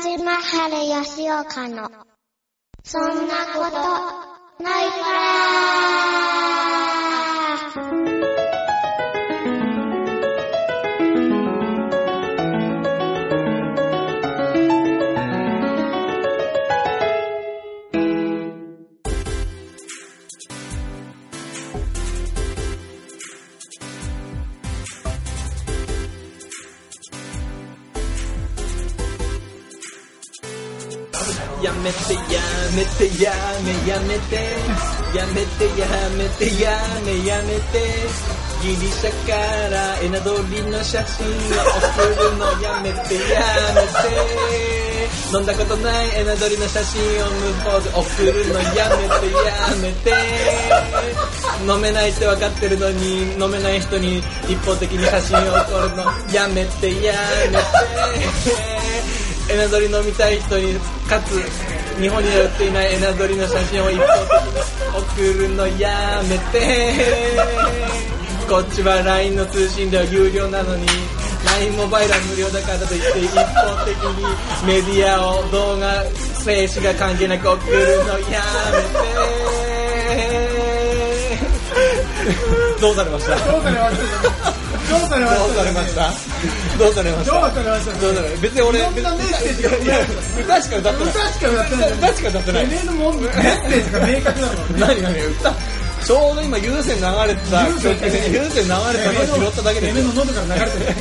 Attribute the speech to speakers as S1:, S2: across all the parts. S1: 原義岡の、そんなこと、ないから
S2: やめてやめてやめやめてやめてやめてやめやめてギリシャからエナドリの写真を送るのやめてやめて飲んだことないエナドリの写真を向こうで送るのやめてやめて飲めないって分かってるのに飲めない人に一方的に写真を送るのやめてやめてエナドリ飲みたい人にかつ日本には売っていないエナドリの写真を一方的に送るのやめてこっちは LINE の通信料有料なのに LINE モバイルは無料だからといって一方的にメディアを動画静止が関係なく送るのやめてどうされました
S3: どうされましたどうされました
S2: どうされましたどうされました
S3: ど
S2: どう
S3: うされました
S2: され別に俺
S3: いろんなメッセージが
S2: いや歌しか歌ってない
S3: 歌しか歌ってな
S2: 歌しか歌ってない
S3: いてめえのもんメッセージが明確なの
S2: 何何歌ちょうど今優先流れてた
S3: 有線
S2: 曲に有線流れたのを拾っただけで
S3: てめえの喉から流れてる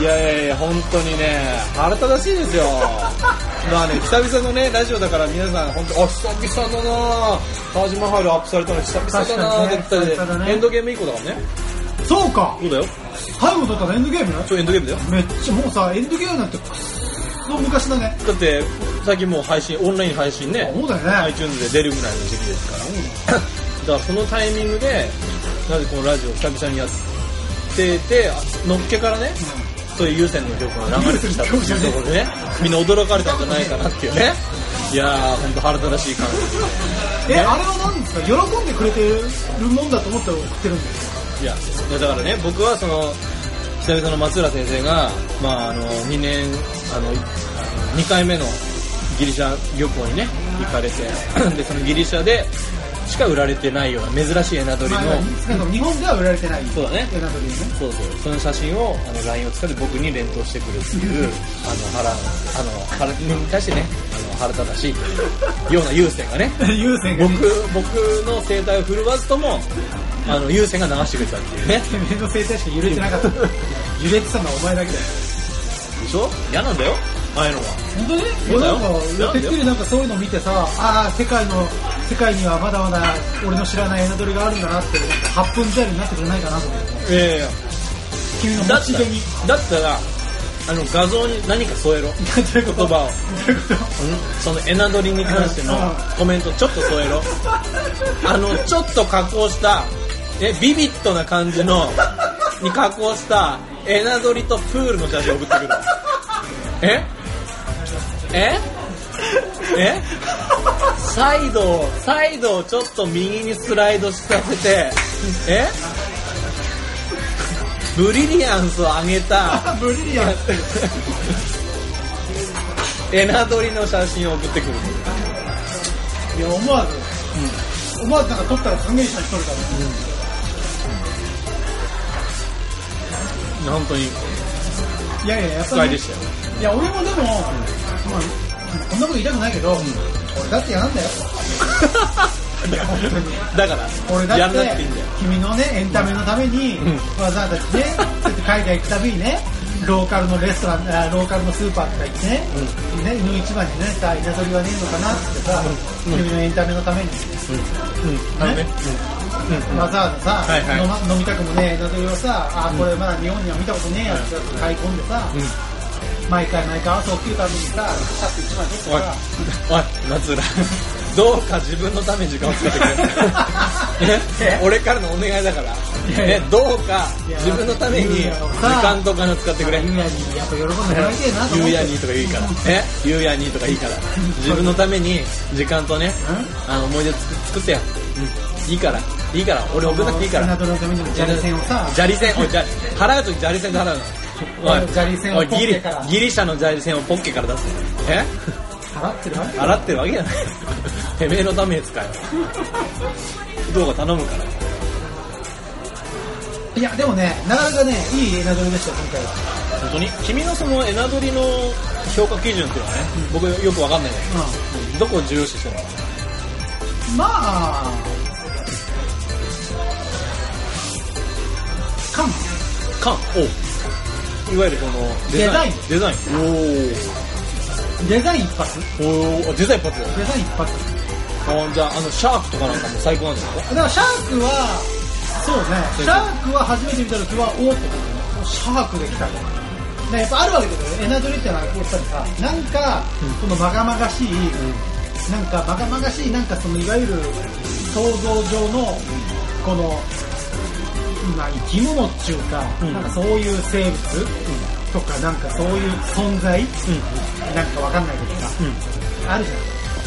S2: いやいやいや本当にね腹立たしいですよまあね久々のねラジオだから皆さん本当あ久々だなタージマハルアップされたの久々だなって言
S3: 確か
S2: った
S3: に
S2: り、
S3: ね
S2: エンドゲーム以降だからね
S3: そうか
S2: そうだよ
S3: 最後取ったらエンドゲーム
S2: そうエンドゲームだよ
S3: めっちゃもうさエンドゲームなんてくっそ昔だね
S2: だって最近もう配信オンライン配信ね
S3: そうだよね
S2: iTunes で出るぐらいの時期ですから、だからそのタイミングでなぜこのラジオを久々にやっててのっけからね、そういう優先の曲が流れてきたっていうところで ねみんな驚かれたんじゃないかなっていうねいやー本当腹立たしい感じですね
S3: えあれは何ですか喜んでくれてるもんだと思って送ってるんです
S2: いやだからね僕はその久々の松浦先生が、まあ、あの2年あの2回目のギリシャ旅行にね行かれて でそのギリシャでしか売られてないような珍しいエナドリの、
S3: まあなんか日本では売られてない
S2: そうだね
S3: エナドリね
S2: そうそうその写真をあの LINE を使って僕に連投してくるっていうあの腹あの腹に対してねあの腹立たしいというような優先がね
S3: 優先が
S2: 僕僕の声帯を振るわずともあの優先が流してくれたっていうね
S3: てめえの生態しか揺れてなかった揺れてたのはお前だけだよ
S2: でしょ嫌なんだよああいうのは
S3: 本当に
S2: そうだよ
S3: なんか
S2: そうだよ
S3: てっきりなんかそういうの見てさああ世界の世界にはまだまだ俺の知らないエナドリがあるんだなってなんか8分ジャルになってくれないかなと思って
S2: いやいや
S3: 君の
S2: だ
S3: 持
S2: っ
S3: ち
S2: た
S3: 手に
S2: らだったらあの画像に何か添えろ
S3: どういうこと
S2: 言葉を
S3: どういうこと
S2: そのエナドリに関してのコメントちょっと添えろあのちょっと加工したえビビッドな感じのに加工したエナドリとプールの写真送ってくるえええサイドをサイドをちょっと右にスライドさせてえブリリアンスを上げた
S3: あブリリアン ト
S2: エナドリの写真を送ってくる
S3: いや思わず、思わずなんか撮ったらすげえ写真撮れたね
S2: 本当に
S3: いやいややっ
S2: 不
S3: ぱ
S2: 快
S3: り
S2: で
S3: ね、
S2: したよ
S3: いや俺もでも、まあ、こんなこと言いたくないけど、俺だって嫌なんだよいや本当に
S2: だから
S3: 俺だ
S2: や
S3: っ
S2: ら
S3: て
S2: なくていいんだよ
S3: 君のねエンタメのために、
S2: ん
S3: わざわざねそうやって海外行くたびにねローカルのレストランあローカルのスーパーとか行ってね,、ね犬市場にねさ稲取はねえのかなってさ、
S2: うん
S3: 君のエンタメのために、
S2: うんあのねうんうん
S3: わざわざさ、
S2: はいはい
S3: 飲ま飲みたくもねえ稲取をさあーこれまだ日本には見たことねえやつだって買い込んでさ、毎回毎回朝起きるたびにさシャツ一枚取って
S2: おい
S3: さ
S2: おい松浦どうか自分のために時間を使ってく れね俺からのお願いだから
S3: いやいや
S2: ねどうか自分のために
S3: い
S2: 時
S3: やいや
S2: 間とお金を使ってくれ
S3: ゆうやにやっぱ喜んでもらいてえなと思
S2: ゆう
S3: って
S2: やにとかいいからえゆうやにとかいいから自分のために時間とね
S3: う
S2: あの思い出つく作ってようんいいからいいから俺送んなくていいから
S3: エナドリのためにも砂利線をさ
S2: 砂利線おいじゃあ払う時砂利線で払うのおい
S3: 砂利線をポッケから
S2: ギリギリシャの砂利線をポッケから出すえ
S3: 払ってるわけ
S2: 洗ってるわけじゃないてめえのために使えどうか頼むから
S3: いやでもねなかなかねいいエナドリでしたよ今回は
S2: 本当に君のそのエナドリの評価基準っていうのはね、僕よくわかんないんだけど、どこを重要視してるのか
S3: うんまあかも
S2: 缶おいわゆるこのデザインデザイン
S3: デザイン一発
S2: おーおーあデザイン一発だ
S3: デザイン一発
S2: あじゃああのシャークとかなんかも最高なんですか
S3: だからシャークはそうね
S2: そう
S3: シャークは初めて見た時はおおってことねおシャークできたねねやっぱあるわけだよねエナドリってのはこうやっぱりさなんかこのまがまがしい、なんかまがまがしいなんかそのいわゆる想像上のこのまあ生き物っていうか、
S2: うん
S3: なんかそういう生物とかなんかそういう存在、
S2: うん
S3: なんかわかんないけどさ、
S2: うん
S3: あるじ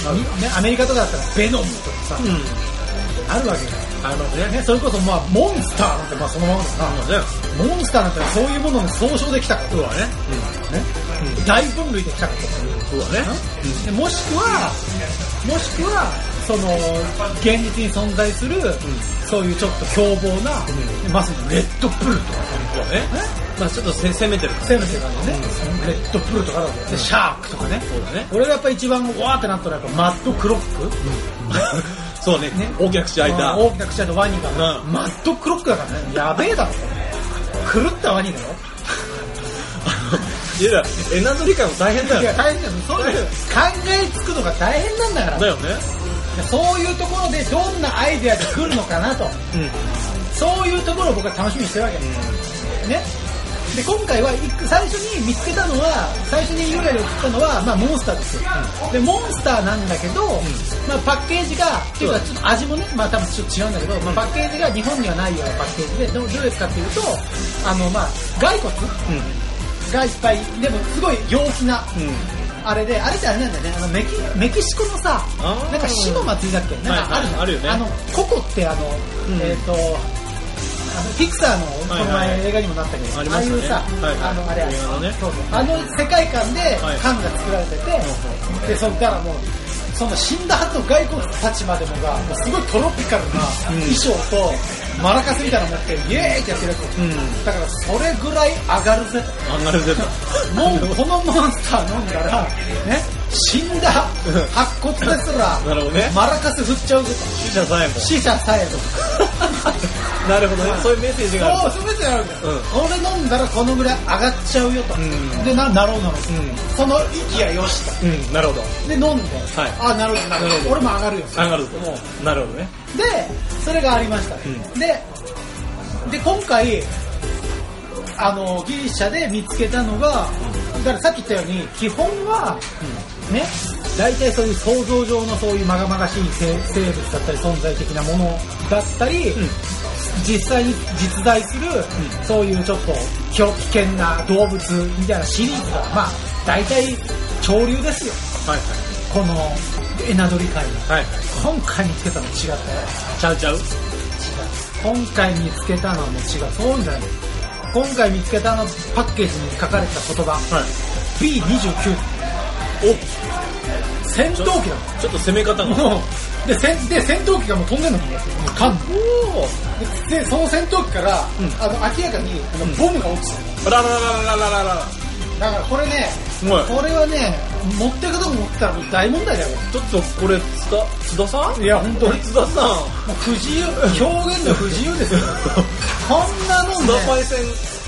S3: ゃん、ね、アメリカとかだったらベノムとかさ、
S2: うん
S3: あるわけだよ
S2: あのね
S3: ね、それこそまあモンスターなんてまあそのままだ
S2: あのね
S3: な、モンスターなんてそういうものの総称できたから、
S2: うわね
S3: ね大分類できたから、
S2: うんうわね
S3: でもしくはもしくはその現実に存在する、そういうちょっと凶暴な、まさにレッドブルとか
S2: うわねまあちょっとせ攻めてるから
S3: せめて感じね、レッドブルとかだと、でシャークとかね
S2: そうだね
S3: 俺がやっぱ一番うわーってなったのはやっぱマッドクロック、
S2: そうね
S3: ね
S2: 大きな口開いた
S3: うん大きな口開いたワニが、
S2: うん
S3: マッドクロックだからねやべえだろ狂ったワニだよ
S2: いやいやエナドリ会も大変だ
S3: い
S2: よ
S3: や
S2: ね
S3: 大変だよそういう考えつくのが大変なんだから
S2: だよね
S3: そういうところでどんなアイデアが来るのかなと
S2: うん
S3: そういうところを僕は楽しみにしてるわけ、ねで今回はい最初に見つけたのは最初に幽霊で映ったのは、まあ、モンスターですよ、でモンスターなんだけど、まあ、パッケージがっていうかちょっと味もねまあ多分ちょっと違うんだけど、まあ、パッケージが日本にはないようなパッケージででもどうですかっていうとあのまあ骸骨がいっぱいでもすごい陽気な
S2: うん
S3: あれで、あれってあれなんだよね、あのメキメキシコのさ
S2: あ、ー
S3: なんか死の祭りだっけ、なんかあるじゃ
S2: はいはいあるよね
S3: んあの、ココってあの、
S2: ん
S3: えっ、と、あのピクサーのこの
S2: はいはい
S3: 前映画にもなったけど、
S2: ありましたね
S3: ああいうさ、
S2: はいはい
S3: あのあれあれ
S2: 映画のね
S3: そうそうあの世界観で
S2: はい
S3: 缶が作られてて、でそっからもうその死んだ後外国たちまでもがもうすごいトロピカルな
S2: うん
S3: 衣装と、マラカスみたいなの持ってイエーイってやってるやつ、
S2: うん
S3: だからそれぐらい上がるぜと。
S2: 上がるぜと
S3: もうこのモンスター飲んだら、ね、死んだ白骨ですら、
S2: なるほどね
S3: マラカス振っちゃうぞと。
S2: 死者さえも
S3: 死者さえと。
S2: なるほどねそういうメッセージがあ
S3: そう、
S2: る
S3: すべてあるんだよ
S2: うん
S3: 俺飲んだらこのぐらい上がっちゃうよと。
S2: ん
S3: で、な、なろうなろうと、
S2: うん
S3: その息はよしと。
S2: とうんなるほど
S3: で、飲んで、
S2: い
S3: あ、なるほど、なるほど。俺も上がるよ。
S2: 上がる
S3: もう
S2: となるほどね
S3: でそれがありました、
S2: ん
S3: でで今回あのギリシャで見つけたのがだからさっき言ったように基本は、ね大体そういう想像上のそういうまがまがしい生生物だったり存在的なものだったり、
S2: ん
S3: 実際に実在する、そういうちょっときょ危険な動物みたいなシリーズがまあ大体潮流ですよ
S2: はい
S3: このエナドリ界の
S2: はいはいはい
S3: 今回見つけたの違ったよ
S2: ちゃうちゃう
S3: 今回見つけたのはもう違うそうじゃない今回見つけたのパッケージに書かれた言葉、
S2: はい
S3: B29
S2: お
S3: 戦闘機
S2: ちょっと攻め方が
S3: なのもうで戦で戦闘機がもう飛んでんの見えてもう缶の
S2: おお
S3: ででその戦闘機から、
S2: ん
S3: あの明らかにあのボムが落ちてる
S2: あらららららららら
S3: だからこれね
S2: すごい
S3: これはね持っていくとこ持ってたらもう大問題だよ
S2: ちょっとこれ津田津田さん
S3: いや本当に
S2: 津田 さん
S3: もう不自由表現の不自由ですよこんなの
S2: 津田パ
S3: ね
S2: イセン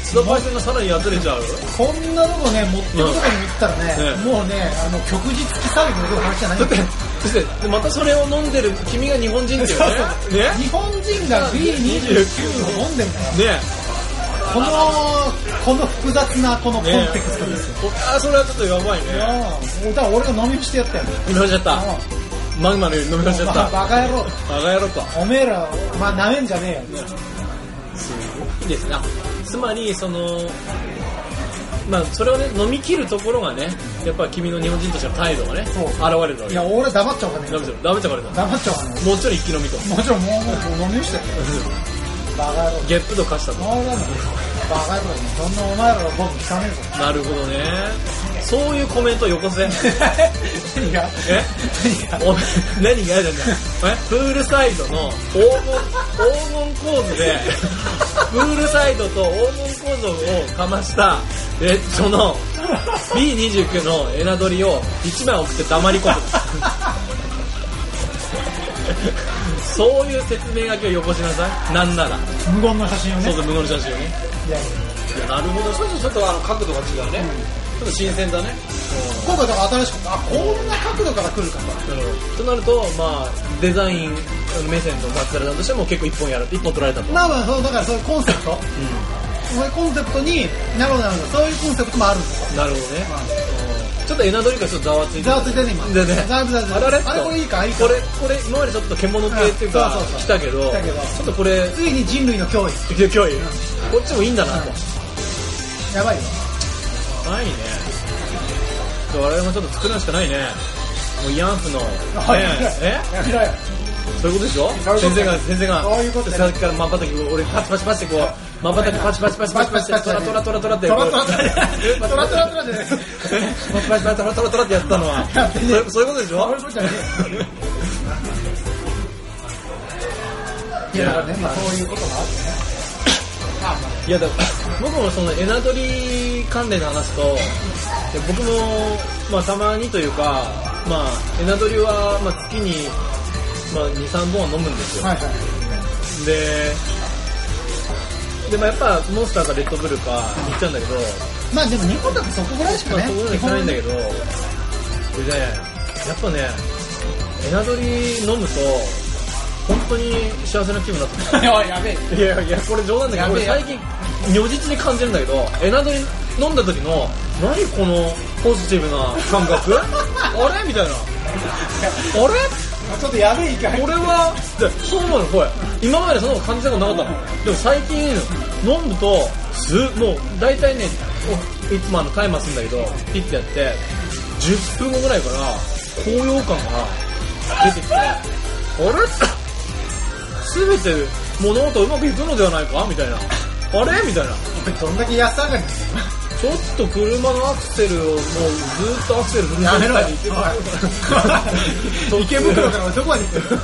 S2: 津田パイセンがさらにやつれちゃう
S3: こんなのもね持ってるとこに行ったらね、
S2: うん
S3: もうねあの旭日付き騒ぎの話じゃない
S2: だってそしてまたそれを飲んでる君が日本人っていうねね
S3: 日本人が B29 を飲んでるから、
S2: ね
S3: この、この複雑なこのコン
S2: ね
S3: テクストですよ。
S2: あーそれはちょっとやばい
S3: い
S2: ね
S3: やーだから俺が飲み干してやったよ。
S2: 飲み干しちゃった
S3: う
S2: マグマのように飲み干しちゃ
S3: ん
S2: っ
S3: バ
S2: た
S3: バカ野郎。
S2: バカ野郎か
S3: おめえら、まあ、舐めんじゃねえよ。
S2: すごいですねあつまりそのまあそれをね飲み切るところがねやっぱ君の日本人としての態度がね現
S3: そう
S2: れるわけ
S3: い
S2: だ
S3: や、俺黙っちゃおうかね
S2: ダメ。じゃんダメじゃんこれだ
S3: 黙っちゃおうかね。
S2: もうちょい一気飲みと
S3: もちろん、もう、もう飲み干してやったよ。バカ野郎。
S2: ゲップと化したと
S3: バカ野郎。バカ野郎そんなお前らの僕聞かねえぞ
S2: なるほどねそういうコメントよこ せ
S3: 何が
S2: え
S3: 何が
S2: お何がやだんだえプールサイドの黄金黄金構図でプールサイドと黄金構造をかましたえその B29 のエナドリを1枚送って黙り込むそういう説明書きをよこしなさいなんなら
S3: 無言の写真をね
S2: そうそう無言の写真をね
S3: いやいや
S2: いやなるほどそうするとちょっとあの角度が違うね、ちょっと新鮮だね
S3: 今回だから新しくあこんな角度から来るかと
S2: となると、まあ、デザイン目線の松原さんとしても結構一本やる一本取られたと、
S3: まあまあそうだからそういうコンセプトそういうコンセプトになるほどなるほどそういうコンセプトもあるんですよ
S2: なるほどね、ちょっとエナドリがちょっとざわついて
S3: ざわついてね今
S2: でね
S3: ざわついてる
S2: あれあれ
S3: あれこれいいかいいか
S2: これこれ今までちょっと獣系っていうか
S3: うんそうそうそう
S2: 来たけど
S3: 来たけど
S2: ちょっとこれ
S3: ついに人類の脅威
S2: 今日こっちもいいんだなと、
S3: やばいよ
S2: ないねちょっと我々もちょっと作るしかないねもうイアンフの、ねえ
S3: やめろよ
S2: そういうことでしょ
S3: そういうこ
S2: 先
S3: と
S2: 生が、先生が。
S3: そういうことだ
S2: さっきからまばたき、俺パチパチパチってこう、まばたきパチパチパチパチパチって、トラトラトラトラって。
S3: トラトラトラ
S2: こう
S3: トラトラトラじゃない
S2: パチパチパチトラトラトラってやったのは
S3: やってねえ、
S2: そそういうことでし
S3: そうい
S2: ょ
S3: うことじゃねえいやだからねまあそういうこともあってねまあまあ
S2: いやだ僕もそのエナドリ関連の話と、で僕も、まあたまにというか、まあエナドリは、まあ月に、まあ2、3本は飲むんですよ。
S3: はいはい
S2: で、でもやっぱモンスターかレッドブルか行っちゃうんだけど、
S3: まあでも日本だとそこぐらいしか
S2: まあ、
S3: ね
S2: そこまで
S3: 基
S2: 行か
S3: 本
S2: ないんだけど、でね、やっぱね、エナドリ飲むと、本当に幸せな気分になってく
S3: おいやべえ
S2: る。いやいや、これ冗談だけど、俺
S3: やべえやべ
S2: 最
S3: え
S2: 近、如実に感じるんだけど、エナドリ飲んだ時の、何このポジティブな感 覚あれみたい な。あれ
S3: ちょっとやべえ一回
S2: 俺は、でそうなの、これ。今までそんなの感じたことなかったの。でも最近、飲むと、す、もう、大体ね、おいつもあの、タイマーするんだけど、ピッてやって、10分後ぐらいから、高揚感が出てきて、あれすべて物事うまくいくのではないかみたいな。あれみたいな。
S3: どんだけ安上がり
S2: ちょっと車のアクセルをもうずーっとアクセル踏んでた り池袋
S3: 池袋から俺どこまで行 ってる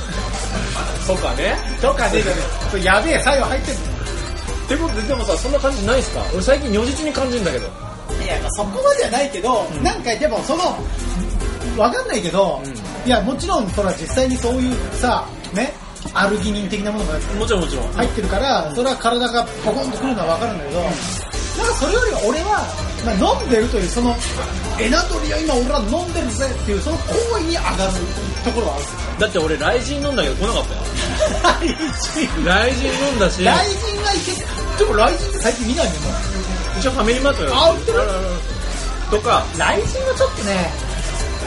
S2: とかね。
S3: どっか出てるそうやべえ作用入ってる
S2: ってことで、でもさ、そんな感じないっすか俺最近如実に感じるんだけど。
S3: いやそこまではないけど、なんかでもそのわかんないけど、いやもちろんそれは実際にそういうさねアルギニン的なものが
S2: もちろんもちろん。
S3: 入ってるから、それは体がポコンとくるのはわかるんだけど、なんかそれより俺は、まあ、飲んでるというそのエナドリを今俺ら飲んでるぜっていうその行為に上がるところはある
S2: だって俺、雷神飲んだけど来なかったよ。
S3: 雷神
S2: 雷神飲んだし、
S3: 雷神はいけてでも雷神って最近見ないねもう
S2: 一応ファミリーマートよ。
S3: あ売ってる
S2: あああとか、
S3: 雷神はちょっとね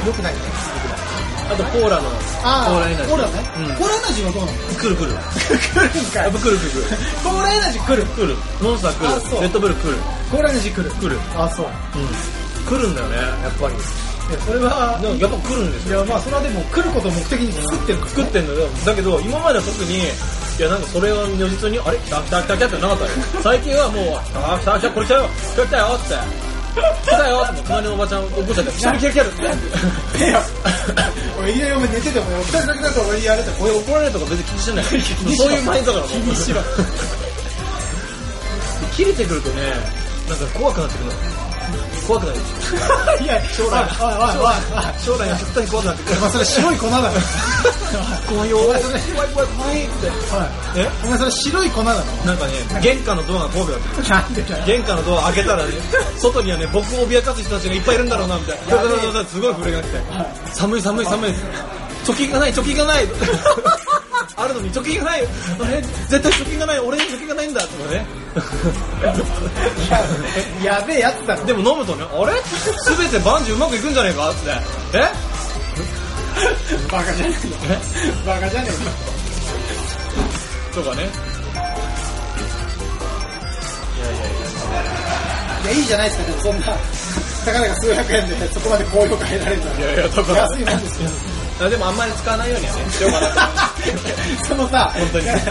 S3: 良くないね
S2: あとコーラの、コーラエナジー。
S3: コーラね、コーラエナジーはどうなの
S2: うん。来る来る。
S3: 来るんか
S2: やっ
S3: い
S2: ぱ来る来る来る。
S3: コーラエナジー来る
S2: 来る。モンスタ
S3: あ
S2: ー来
S3: そ
S2: る。
S3: う
S2: レッドブル来る。
S3: コーラエナジー来る
S2: 来る。
S3: あそう
S2: うん。来るんだよね、やっぱり。
S3: いやそれは
S2: でもやっぱ来るんです
S3: い
S2: よ。
S3: やまあそれはでも来ることを目的に作ってるから
S2: 作ってんだけど、だけど今までは特に、いやなんかそれは如実に、あれ来た来た来た来たってなかったよ。最近はもう、あ来た来たこれ来たよ、来た来たよって。来たよってもう隣のおばちゃん怒っちゃって、来た来た来た来たって。
S3: いや俺いやお前寝てても起きたくなくなったら俺やれた
S2: 俺怒られるとか別に気にしてない。そういうマインドだからもう
S3: 気にしろ
S2: 切れてくるとね、なんか怖くなってくるの。怖くなる。
S3: いや
S2: 将来
S3: おいおいおいおいおい
S2: 将来が絶対怖く なってくる
S3: お。前それ白い粉だろ
S2: 怖いよ。
S3: お前そ
S2: 怖
S3: れ
S2: い怖い怖いって。
S3: お
S2: え
S3: いお前それ白い粉だろ
S2: なんかね、玄関のドアが怖くなってくる。
S3: なんでだよ
S2: 玄関のドア開けたらね、外にはね、僕を脅かす人たちがいっぱいいるんだろうな、みたいな。だだだだすごい震えが来て。寒い寒い寒い。貯金がない、貯金がない。 あるのに貯金がない。あれ絶対貯金がない。俺に貯金がないんだ。とかね。
S3: やべえやつだろ
S2: でも飲むとね、あれすべて万事うまくいくんじゃねえかって。え
S3: バカじゃねえのバカじゃねえの
S2: とかね。
S3: いや、いいじゃないですか、でもそんな、たかだか数百円でそこまで高評価得られる
S2: い
S3: な
S2: やいや、と
S3: ら、
S2: か。
S3: 安いもん ですよ。
S2: でもあんまり使わないようにはね、しようかなと。
S3: そのさ、
S2: 本当に
S3: 薬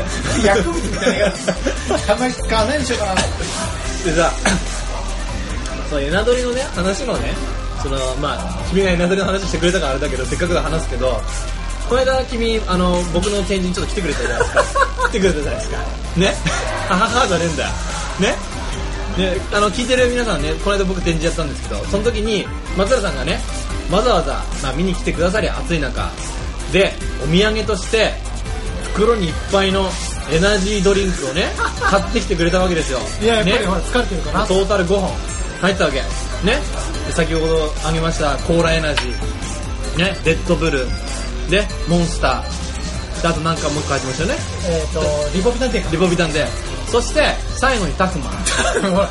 S3: 物みたいなやつ、あんまり使わないでしょうかな。
S2: ででさ そのエナドリのね話のねそのまあ君がエナドリの話してくれたからあれだけどせっかくだから話すけどこの間君あの僕の展示にちょっと来てくれたじゃない ですか来てくれたじゃないですかね あははじゃねえんだよねね、あの聞いてる皆さんね、この間僕展示やったんですけど、その時に松原さんがね、わざわざ、まあ、見に来てくださり、暑い中、で、お土産として、袋にいっぱいのエナジードリンクをね、買ってきてくれたわけですよ。
S3: いや、やっぱりほ
S2: ね
S3: ら、疲れてるかな。
S2: トータル5本入ったわけ。ね。で先ほどあげましたコーラエナジー、ね、レッドブル、で、モンスター、であとなんかもう一個入ってましたよね。
S3: えっと、リポビタンテ
S2: リ
S3: か。
S2: ポビタンで。そして、最後にタク マ。タクマ入っ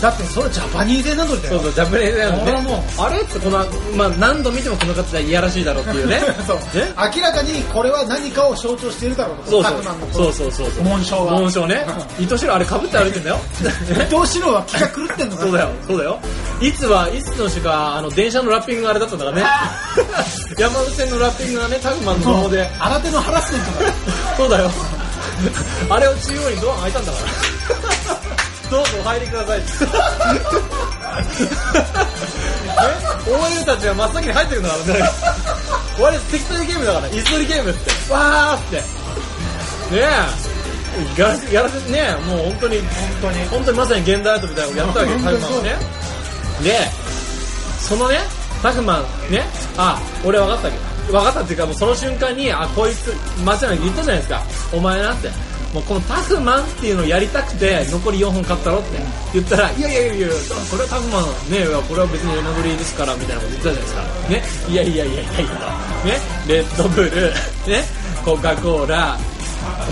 S2: た。
S3: だって、それジャパニーズエナドリだ
S2: そ
S3: よ
S2: う。そう、ジャブレーだよね。
S3: 俺はもう。
S2: あれってこの、まあ何度見てもこの方はいやらしいだろうっていう ね
S3: そう
S2: ね
S3: 明らかにこれは何かを象徴しているだろうと
S2: そうそ
S3: タ
S2: う
S3: クマンの。
S2: そうそうそうそう。
S3: 紋章は
S2: 紋章 ね。伊藤四郎あれ被って歩いてん だよ。
S3: 伊藤四郎は気が狂ってんのか
S2: そ
S3: な
S2: うだよ、そうだよ。いつは、いつの日か、あの、電車のラッピングがあれだったんだから ね。山手線のラッピングがね、タグマンの
S3: も
S2: 方
S3: う
S2: で。
S3: 新手のハラスメントだよ
S2: そうだよ。あれを中央にドアが開いたんだ から。どうぞお入りくだ さい。ね、OL たちが真っ先に入ってくるん だからね。我々適当にゲームだから、椅子取りゲームって。わーって。ねえ。やらせ、やらせ、ねえ、もう本当に、
S3: 本当に
S2: 本当にまさに現代アートみたいなのをやったわけよ、
S3: うん
S2: タグマンはね。で、そのね、タグマンね、あ、俺分かったけど、分かったっていうか、もうその瞬間に、あ、こいつ、間違いなく言ったじゃないですか、お前なって。もうこのタグマンっていうのをやりたくて、残り4本買ったろって言ったら、いやいやいやいや、これはタグマン、ね、いやこれは別にエナブリですから、みたいなこと言ってたじゃないですか。ね、いやいやいやいやいや、ね、レッドブル、ね、コカ・コーラ、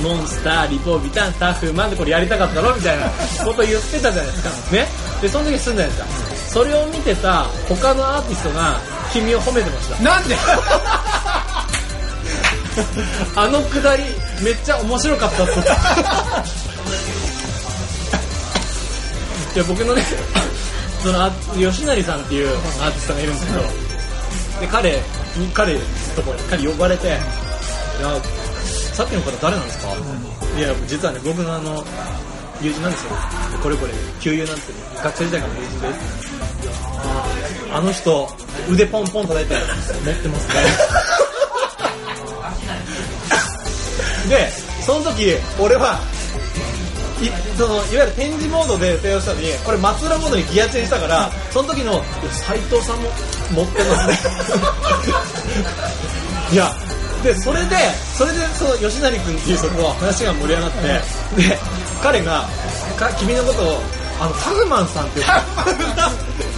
S2: モンスター、リポビタン、タフマンでこれやりたかったろみたいなこと言ってたじゃないですか。ね。で、その時すんじゃないですか。それを見てた他のアーティストが君を褒めてまし
S3: なんで
S2: た。あのくだり、めっちゃ面白かったっす。いや、僕のね、 その、あ吉成さんっていうアーティストがいるんですけど、で、彼、彼、とこ彼呼ばれて、いや、さっきの方誰なんですかいや、実はね、僕のあの、友人なんですよ。これこれ、旧友なんですけど、学生時代からの友人です。あーあの人、腕ポンポン叩いて、持ってますね。で、その時、俺は、いそのいわゆる展示モードで対応したのにこれ松浦モードにギアチェンしたからその時の斎藤さんも持ってますねいやでそれでそれでその吉成君っていう人と話が盛り上がってで彼がか君のことをあのタグマンさんって呼ぶ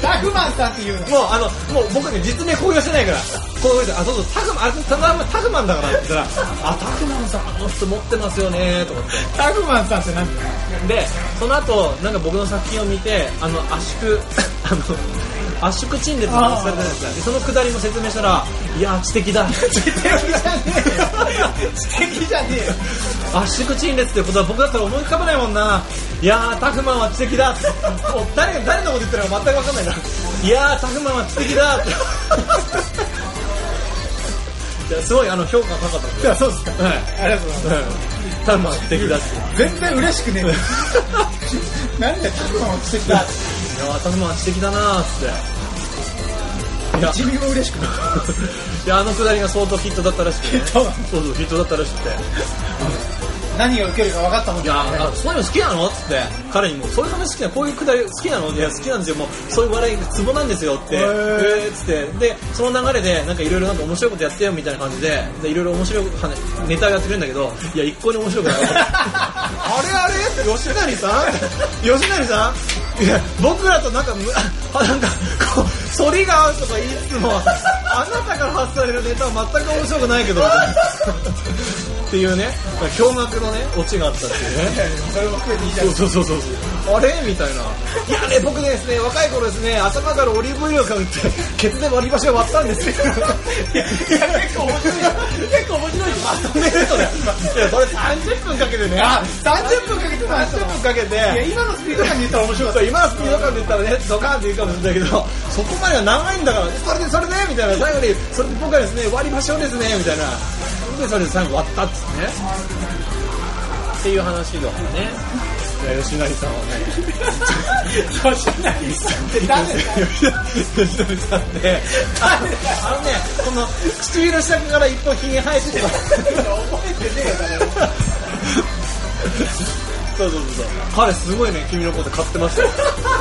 S3: タフマンさんっていうの
S2: もうあのもう僕ね実名公表してないからこういう人あそうそうタグマンあタグマンタグマンだからって言ったらあタグマンさんあの人持ってますよねとかって
S3: タフマンさんって何 だよ
S2: でその後なんか僕の作品を見てあの圧縮 あの圧縮陳列の話されたじゃないですかでそのくだりも説明したらいや知的だ知的
S3: じゃねえよ知的じゃねえよ
S2: 圧縮陳列ってことは僕だったら思い浮かばないもんないやータフマンは知的だお誰が誰のこと言ってるのか全く分かんないないやータフマンは知的だいやすごいあの評価が高かったです
S3: いやそうですか
S2: はい、
S3: ありがとうございます
S2: うん、タフマンは知的だって
S3: 全然嬉しくねえよ なんでタフマンを知的だ
S2: いやータフマンは知的だなーっていや
S3: 自分も嬉しくね
S2: いやあのくだりが相当ヒットだったらしくて、
S3: ヒット
S2: そうそうヒットだったらしくて
S3: え何が受けるか分かったもん
S2: い
S3: じゃ
S2: や
S3: ない
S2: あそういうの好きなのっつって彼にもそういう話好きなのこういうくだり好きなのいや好きなんですよもうそういう笑いツボなんですよって
S3: へ
S2: え
S3: ー
S2: ーっつってでその流れでなんかいろいろなんか面白いことやってよみたいな感じででいろいろ面白い話ネタやってくれるんだけどいや一向に面白くない あれあれ吉成さん 吉成さんいや僕らとなんかむ あなんかこう反りが合うとか言いつつ もあなたから発されるネタは全く面白くないけどっていうね驚愕のねオチがあったっていうね
S3: それも含めていいじゃん
S2: そうそうそうそう。あれみたいな。いやね、僕ですね、若い頃ですね、頭からオリーブオイルをかぶって、ケツで割り箸を割ったんですよ。いや、結構面白い。結構面白い。まとめるとね。いや、それ30分かけてね。
S3: あ30分かけてた
S2: 30分かけて。
S3: いや今のスピード感で言ったら面白かった
S2: そう今のスピード感で言ったらねドカーンって言うかもしれないけどそこまでは長いんだからそれでそれでみたいな最後にそれで僕はですね割りましょうですねみたいなでそれで最後割ったっつってねっていう話とかねいや吉成さんはね
S3: 吉成さんって誰だよ
S2: 吉成さんねああのねこの唇の下から一本ひげ生えてて
S3: 覚えてねえよ誰も
S2: そうそうそうそう彼すごいね君のこと買ってま したよ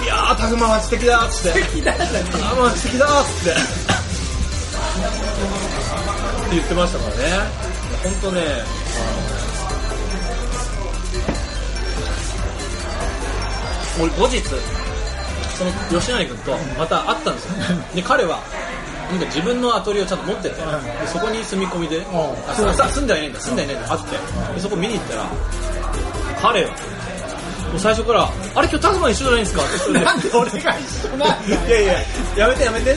S2: いやータグマは知的だーっつって
S3: 聞いたらね
S2: タグマは知的だーっつってって言ってましたからね本当ねあの俺後日その吉成君とまた会ったんですよで彼はなんか自分のアトリエをちゃんと持ってて、でそこに住み込みで、あ
S3: そう
S2: さ住んではいないんだ住んではいないんだあってでそこ見に行ったら彼はもう最初から「あれ今日タグマ一緒じゃないんですか?」って
S3: なんで俺が一緒なんだよ
S2: いやいや、やめてやめて。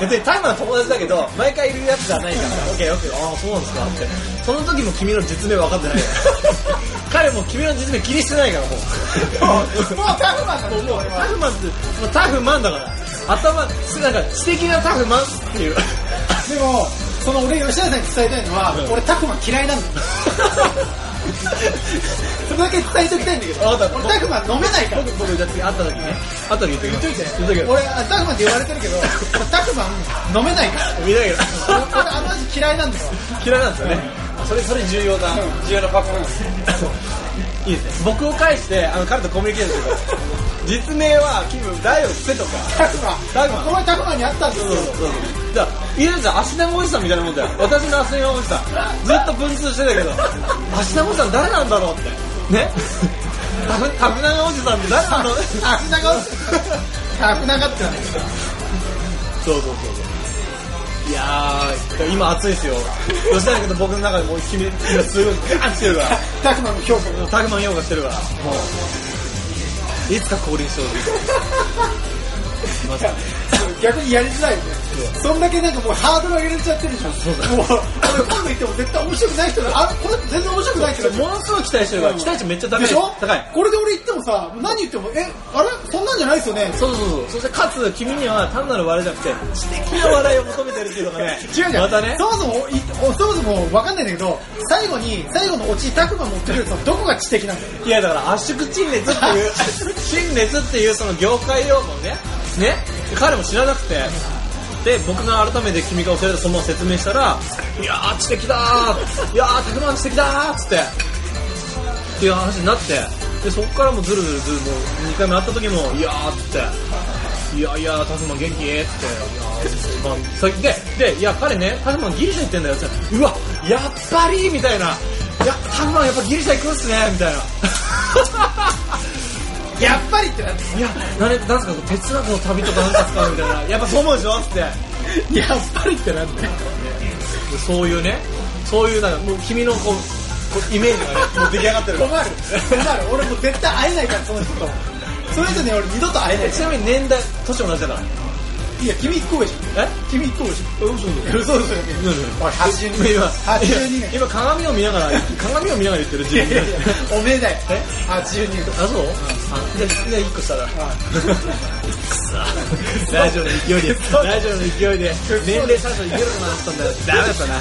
S2: 別にタイマーの友達だけど、毎回いるやつじゃないから、オッケーオッケー、ああ、そうなんですかって。その時も君の実名分かってないよ 彼も君の実名気にしてないから、もう。
S3: もうタフマンだ
S2: も
S3: も
S2: うんもう
S3: 俺
S2: タ
S3: は
S2: フマンって、もうタフマンだから。頭、すなんか知的なタフマンっていう。
S3: でもその俺吉田さんに伝えたいのは、
S2: うん
S3: 俺タフマン嫌い なんだよそれだけ伝えときたいんだけど
S2: わかった
S3: 俺タフマン飲めないから
S2: 僕、僕、じゃあ次会った時ね。会った時言ってき
S3: 言
S2: ま
S3: っ
S2: す
S3: といて
S2: 言っとくよ
S3: 俺あタフマンって言われてるけど俺タフマン飲めないから
S2: 見ないけど。
S3: 俺俺あの味嫌いなんだよ
S2: 嫌いなんですよね。それ、それ重要な、重要なパフォーマンス。いいですね。僕を介して、あの、彼とコミュニケーションしてください実名は、キム、だよ、せとか。
S3: タフマン
S2: タフマン
S3: この前タフマンに会ったんです
S2: そうそ
S3: よ
S2: うそうそう。じゃあ、いるじゃん、足玉おじさんみたいなもんだよ。私の足玉おじさん。ずっと文通してたけど、足玉おじさん誰なんだろうって。ねタフ、タフ長おじさんって誰なの
S3: タフナガをタフナガってなんだけ
S2: そ
S3: ど
S2: うそうそうそう。いやー、今熱いですよ。吉田君と僕の中でもう君、今すごいガーッしてるから。
S3: タフマンの評価
S2: タグマン用がしてるから、もう、いつか降臨しようと。
S3: 逆にやりづらいよねそんだけなんかもうハードル上げられちゃってるじゃんもう俺今度行っても絶対面白くない人だあこれ全然面白くない人だ
S2: ものすごい期待してるから、期待値めっちゃ高い。
S3: でしょ
S2: 高い。
S3: これで俺言ってもさ何言ってもえあれそんなんじゃないですよね、
S2: そうそうそう。そして、かつ、君には単なる笑いじゃなくて、知的な笑いを求めてるっていうのがね
S3: 違うじゃん、
S2: またね
S3: そ、もそもいそもそも分かんないんだけど最後に最後のオチタクマ持ってくるとどこが知的なんだよ
S2: いやだから圧縮陳列って いう、陳列っていうその業界用語をね、ね、彼も知らなくて、で、僕が改めて君が教えたその説明したら、いやー知的だー、いやーたくまん知的だーっつって、っていう話になって、で、そこからもずるずるずるもう2回目会った時も、いやーっつって、いやいやータフマン元気って、いやー、まあ、最近で、で、いや彼ね、タフマンギリシャ行ってんだよって言ったら、うわ、やっぱりみたいな、いや、タフマンやっぱギリシャ行くんすねみたいな。
S3: やっぱりってなって
S2: いや、なれ、なんすか、哲学の旅とかなんですかみたいな。やっぱそう思うでしょって。
S3: やっぱりってなって
S2: そういうね、そういう、なんか、もう君のこう、こうイメージがね、もう出来上がってる
S3: 困る困る俺もう絶対会えないからその人とその人に俺二度と会えない
S2: えちなみに年代、年同じだから。
S3: いや君一個上じゃん
S2: え
S3: 君一個上じゃん
S2: 嘘嘘
S3: 嘘嘘嘘おい82年
S2: 今、
S3: 82年
S2: 今鏡を見ながら、鏡を見ながら言ってる自分で。
S3: おめえだよ
S2: え
S3: 82年
S2: あ、そうあじゃあ、じゃあ一個下だ。くそラジオの勢いで、ラジオの勢いで、年齢差しいけるかなと思ったんだよ。ダメだったな。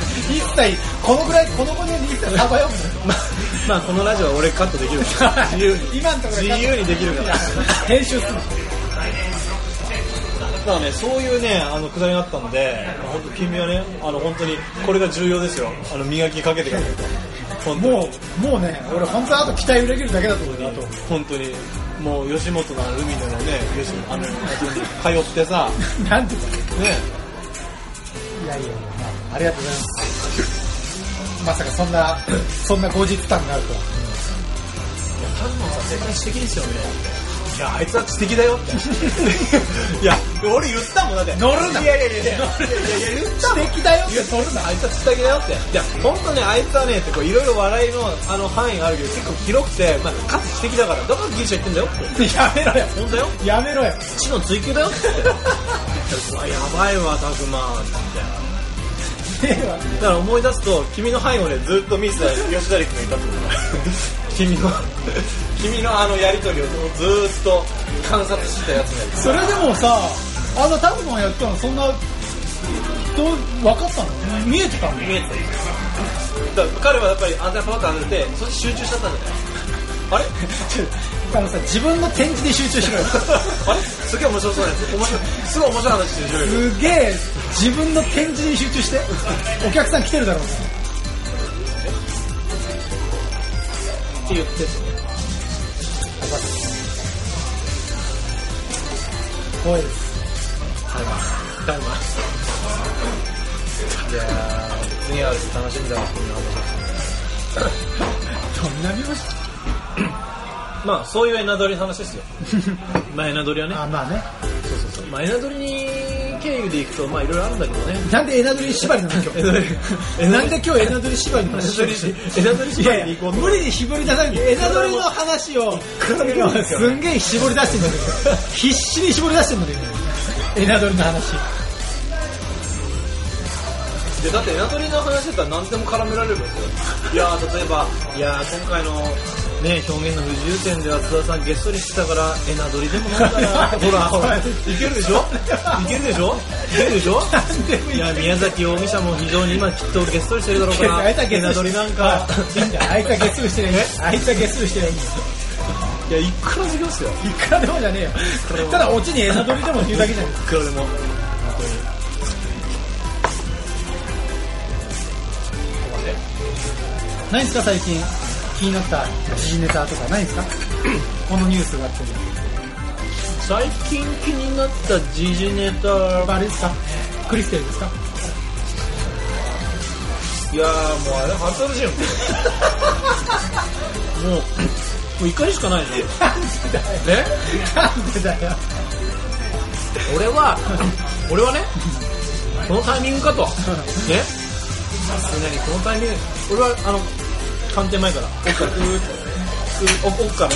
S3: 一切このぐらいこの5年に一切さばよ
S2: まあ、まあ、このラジオは俺カットできるから。自由に。
S3: 今のところ
S2: 自由にできる から。
S3: 編集する
S2: だからね、そういうね、あの、くだりがあったので、まあ本当君はね、あの、本当に、これが重要ですよ。あの、磨きかけてくれると。本当に
S3: もうもうね俺本当はあと期待裏切るだけだと思うよあと
S2: 本当に。もう、吉本のあの海野のね、吉本、あの、通ってさ、
S3: なんていうか
S2: ね、
S3: いやいやいや、まあ、ありがとうございますまさかそんなそんな後日談があるとはい
S2: や、カズマさん絶対知的ですよね。いや、あいつは知的だよって。いや、俺言ったもんだって。
S3: 乗るない
S2: やいやいやいや、いやいや言ったもん
S3: 素敵だよ
S2: いや、それな、あいつは知的だよって。いや、本当ね、あいつはね、ってこういろいろ笑いの、あの、範囲があるけど、結構広くて、まあ、かつ知的だから、だからギリシャ行ってんだよって。
S3: やめろよ
S2: 本当だよ。
S3: やめろよ
S2: 知の追求だよって。うわ、やばいわ、たくまって。だから思い出すと、君の背後でずっと見せた吉田陸がいたってことだ君の、君のあのやりとりをずっと観察してたやつがい
S3: それでもさあのタフマンやったのそんなどう分かったの見えてたの
S2: 見えてただから彼はやっぱりアンテナパワーって上げて、そして集中しちゃったんじゃないあれ
S3: あのさ自分の展示で集中しろよ
S2: あれすげえ面白そうなやつ面白いすごい面白い話してる
S3: すげえ自分の展示に集中してお客さん来てるだろう
S2: って言って
S3: お
S2: だ
S3: い
S2: いぶいやー次は楽しみだなそんな
S3: どんな見まし
S2: まあそういうエナドリの話ですよまあエナドリはね
S3: あまあね
S2: そうそうそうまあエナドリに経由でいくとまあいろいろあるんだけどね
S3: なんでエナドリ縛りなの今
S2: エナドリ
S3: 日なんで今日エナドリ縛りの
S2: エナ
S3: 話
S2: ドリエナドリ
S3: い
S2: し
S3: やい
S2: に
S3: や
S2: 行こう
S3: 無理に絞り出さないエナドリの話をすんげえ絞り出してんだけど必死に絞り出してんだけどエナドリの話
S2: でだってエナドリの話だったら何でも絡められるんですよいやー例えばいやー今回のね表現の不自由点では津田さんゲストに来たからエナドリでも飲んだらほらほらいけるでしょいけるでしょいけるでしょ
S3: 何でもい
S2: い
S3: い
S2: や宮崎容疑者も非常に今きっとゲストにしてるだろうから
S3: あいつはゲ
S2: エナ
S3: ス
S2: ド
S3: ル
S2: リなんか
S3: いいんだよあいつはゲスルしてないあいつはゲスルしてない
S2: いやいくらできますよ
S3: いくらでもじゃねえよただオチにエナドリでも言うだけじゃん
S2: いくらでも
S3: 何ですか最近気になった時事ネタとかないで すかこのニュースがあって
S2: 最近気になった時事ネタ
S3: やっぱあれですかクリステルですか
S2: いやーもうあれ反対しよもうもう怒りしかないでしょね
S3: なんでだよ
S2: 俺は俺はねこのタイミングかとねさすがにこのタイミング俺はあの官邸前から奥からグーッと奥奥からね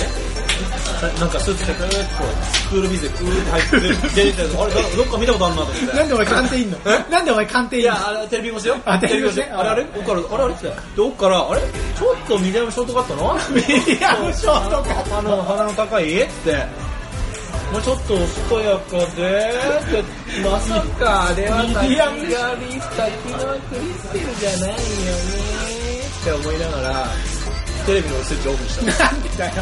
S2: ななんかスーツでグーッとこうクールビズでグーッて入って出てきたやつあれどどっか見たことあるなと思って
S3: なんでお前鑑定いんのなんでお前鑑定い
S2: い
S3: んの
S2: や、あれテレビ越しよ。
S3: あテレビ越しね
S2: あれあれ奥から、あれあれって。で、奥から、あれちょっとミディアムショートカットな
S3: ミディアムショートカット
S2: あの、鼻の高いって。もうちょっとお健やかで、って。まさか、あれは
S3: ミディアムシ
S2: がリスタキのクリステルじゃないよね。って思いながら、テレビのスイッチオフにした。
S3: なんでだよ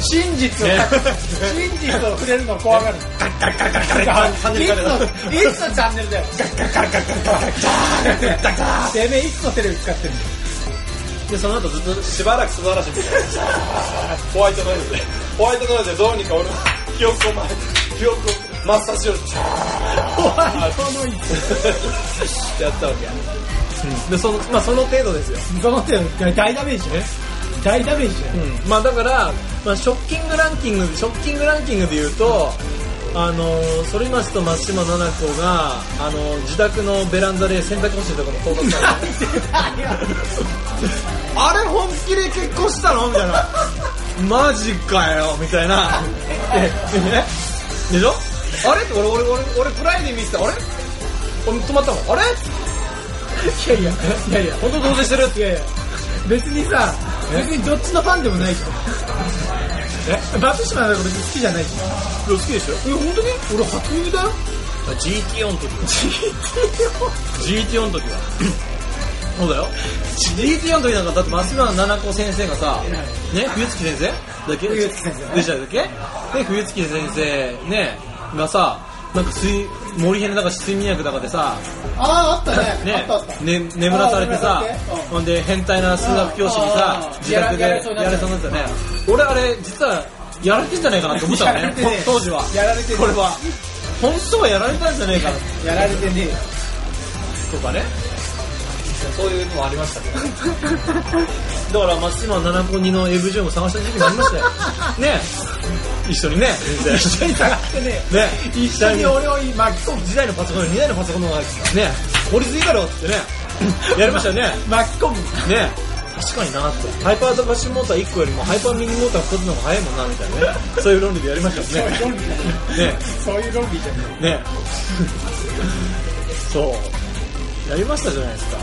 S3: 真実を隠す真実を触れるの怖がる
S2: ガッガッガッガッ
S3: いつ
S2: ガッチャンネル変えた
S3: のいつのチャンネル だよ
S2: ガッガッ
S3: てめえいつのテレビ使ってるの
S2: で、その後ずっとしばらく素晴らしいみたいな。ホワイトノイズで。ホワイトノイズでどうにか俺の記憶を前、記憶を抹殺しよう
S3: ホワイトノイ
S2: っ
S3: ズ
S2: て やったわけや。で、その、まあその程度ですよ。
S3: その手の大ダメージね大ダメージだよ
S2: まあだから、まあショッキングランキング、ショッキングランキングで言うと、あのー、反町と松島奈々子が、あのー、自宅のベランダで洗濯干してるとこも到達されて あれ本気で結婚したのみたいな。マジかよみたいな。ででねでしょあれって俺、俺、俺、俺、プライで見てた。あれ俺止まったのあれ
S3: いやいやいやいや
S2: 本当同棲してるって。
S3: いやいや別にさ別にどっちのファンでもないじゃん松島なんか別に好きじゃないじ
S2: い
S3: ゃん
S2: や好きでしょ
S3: え本当に俺初耳だよ
S2: ?GTO の時 GTO の時は。そうだよ。GTO の時なんか、だって松村奈々子先生がさ、ね、冬月先生だっけ
S3: 冬月先生ね
S2: でしたっけで、冬月先生、ね、がさ、なんか水、森ヘネだか睡眠薬だかで さ、
S3: あああったね
S2: ね
S3: あったあった、
S2: ね、眠らされてさ
S3: あー眠らされてうん、
S2: ほんで変態な数学教師に
S3: あ
S2: さ
S3: ー、
S2: 自宅で
S3: や
S2: やれ
S3: られ
S2: そ
S3: そう
S2: うに
S3: にな
S2: なっ
S3: っ
S2: たたね。俺あれ、実は、やられてんじゃないかなと思ったの
S3: やら
S2: ね
S3: れてね、
S2: 当時は。
S3: やられてね
S2: これは。本当はやられたんじゃねえかな
S3: やられてねえよ
S2: とかね。そういうのもありましたね。 だから、松島七子二のエブジュも探した時期もありましたよ。 ね 一緒にね。
S3: 一緒に探してねえ
S2: ね
S3: 一緒に俺を今巻き込む
S2: 時代のパソコンより2台のパソコンの方がね、効率いいだろうっつってね、やりました よね。
S3: 巻き込む
S2: ね確かになってハイパーとバッシュモーター1個よりもハイパーミニモーター2つの方が早いもんなみたいなねそういう論理でやりましたよね
S3: そういう論理
S2: ね
S3: そういう論理じゃね
S2: ねそうやりましたじゃないですか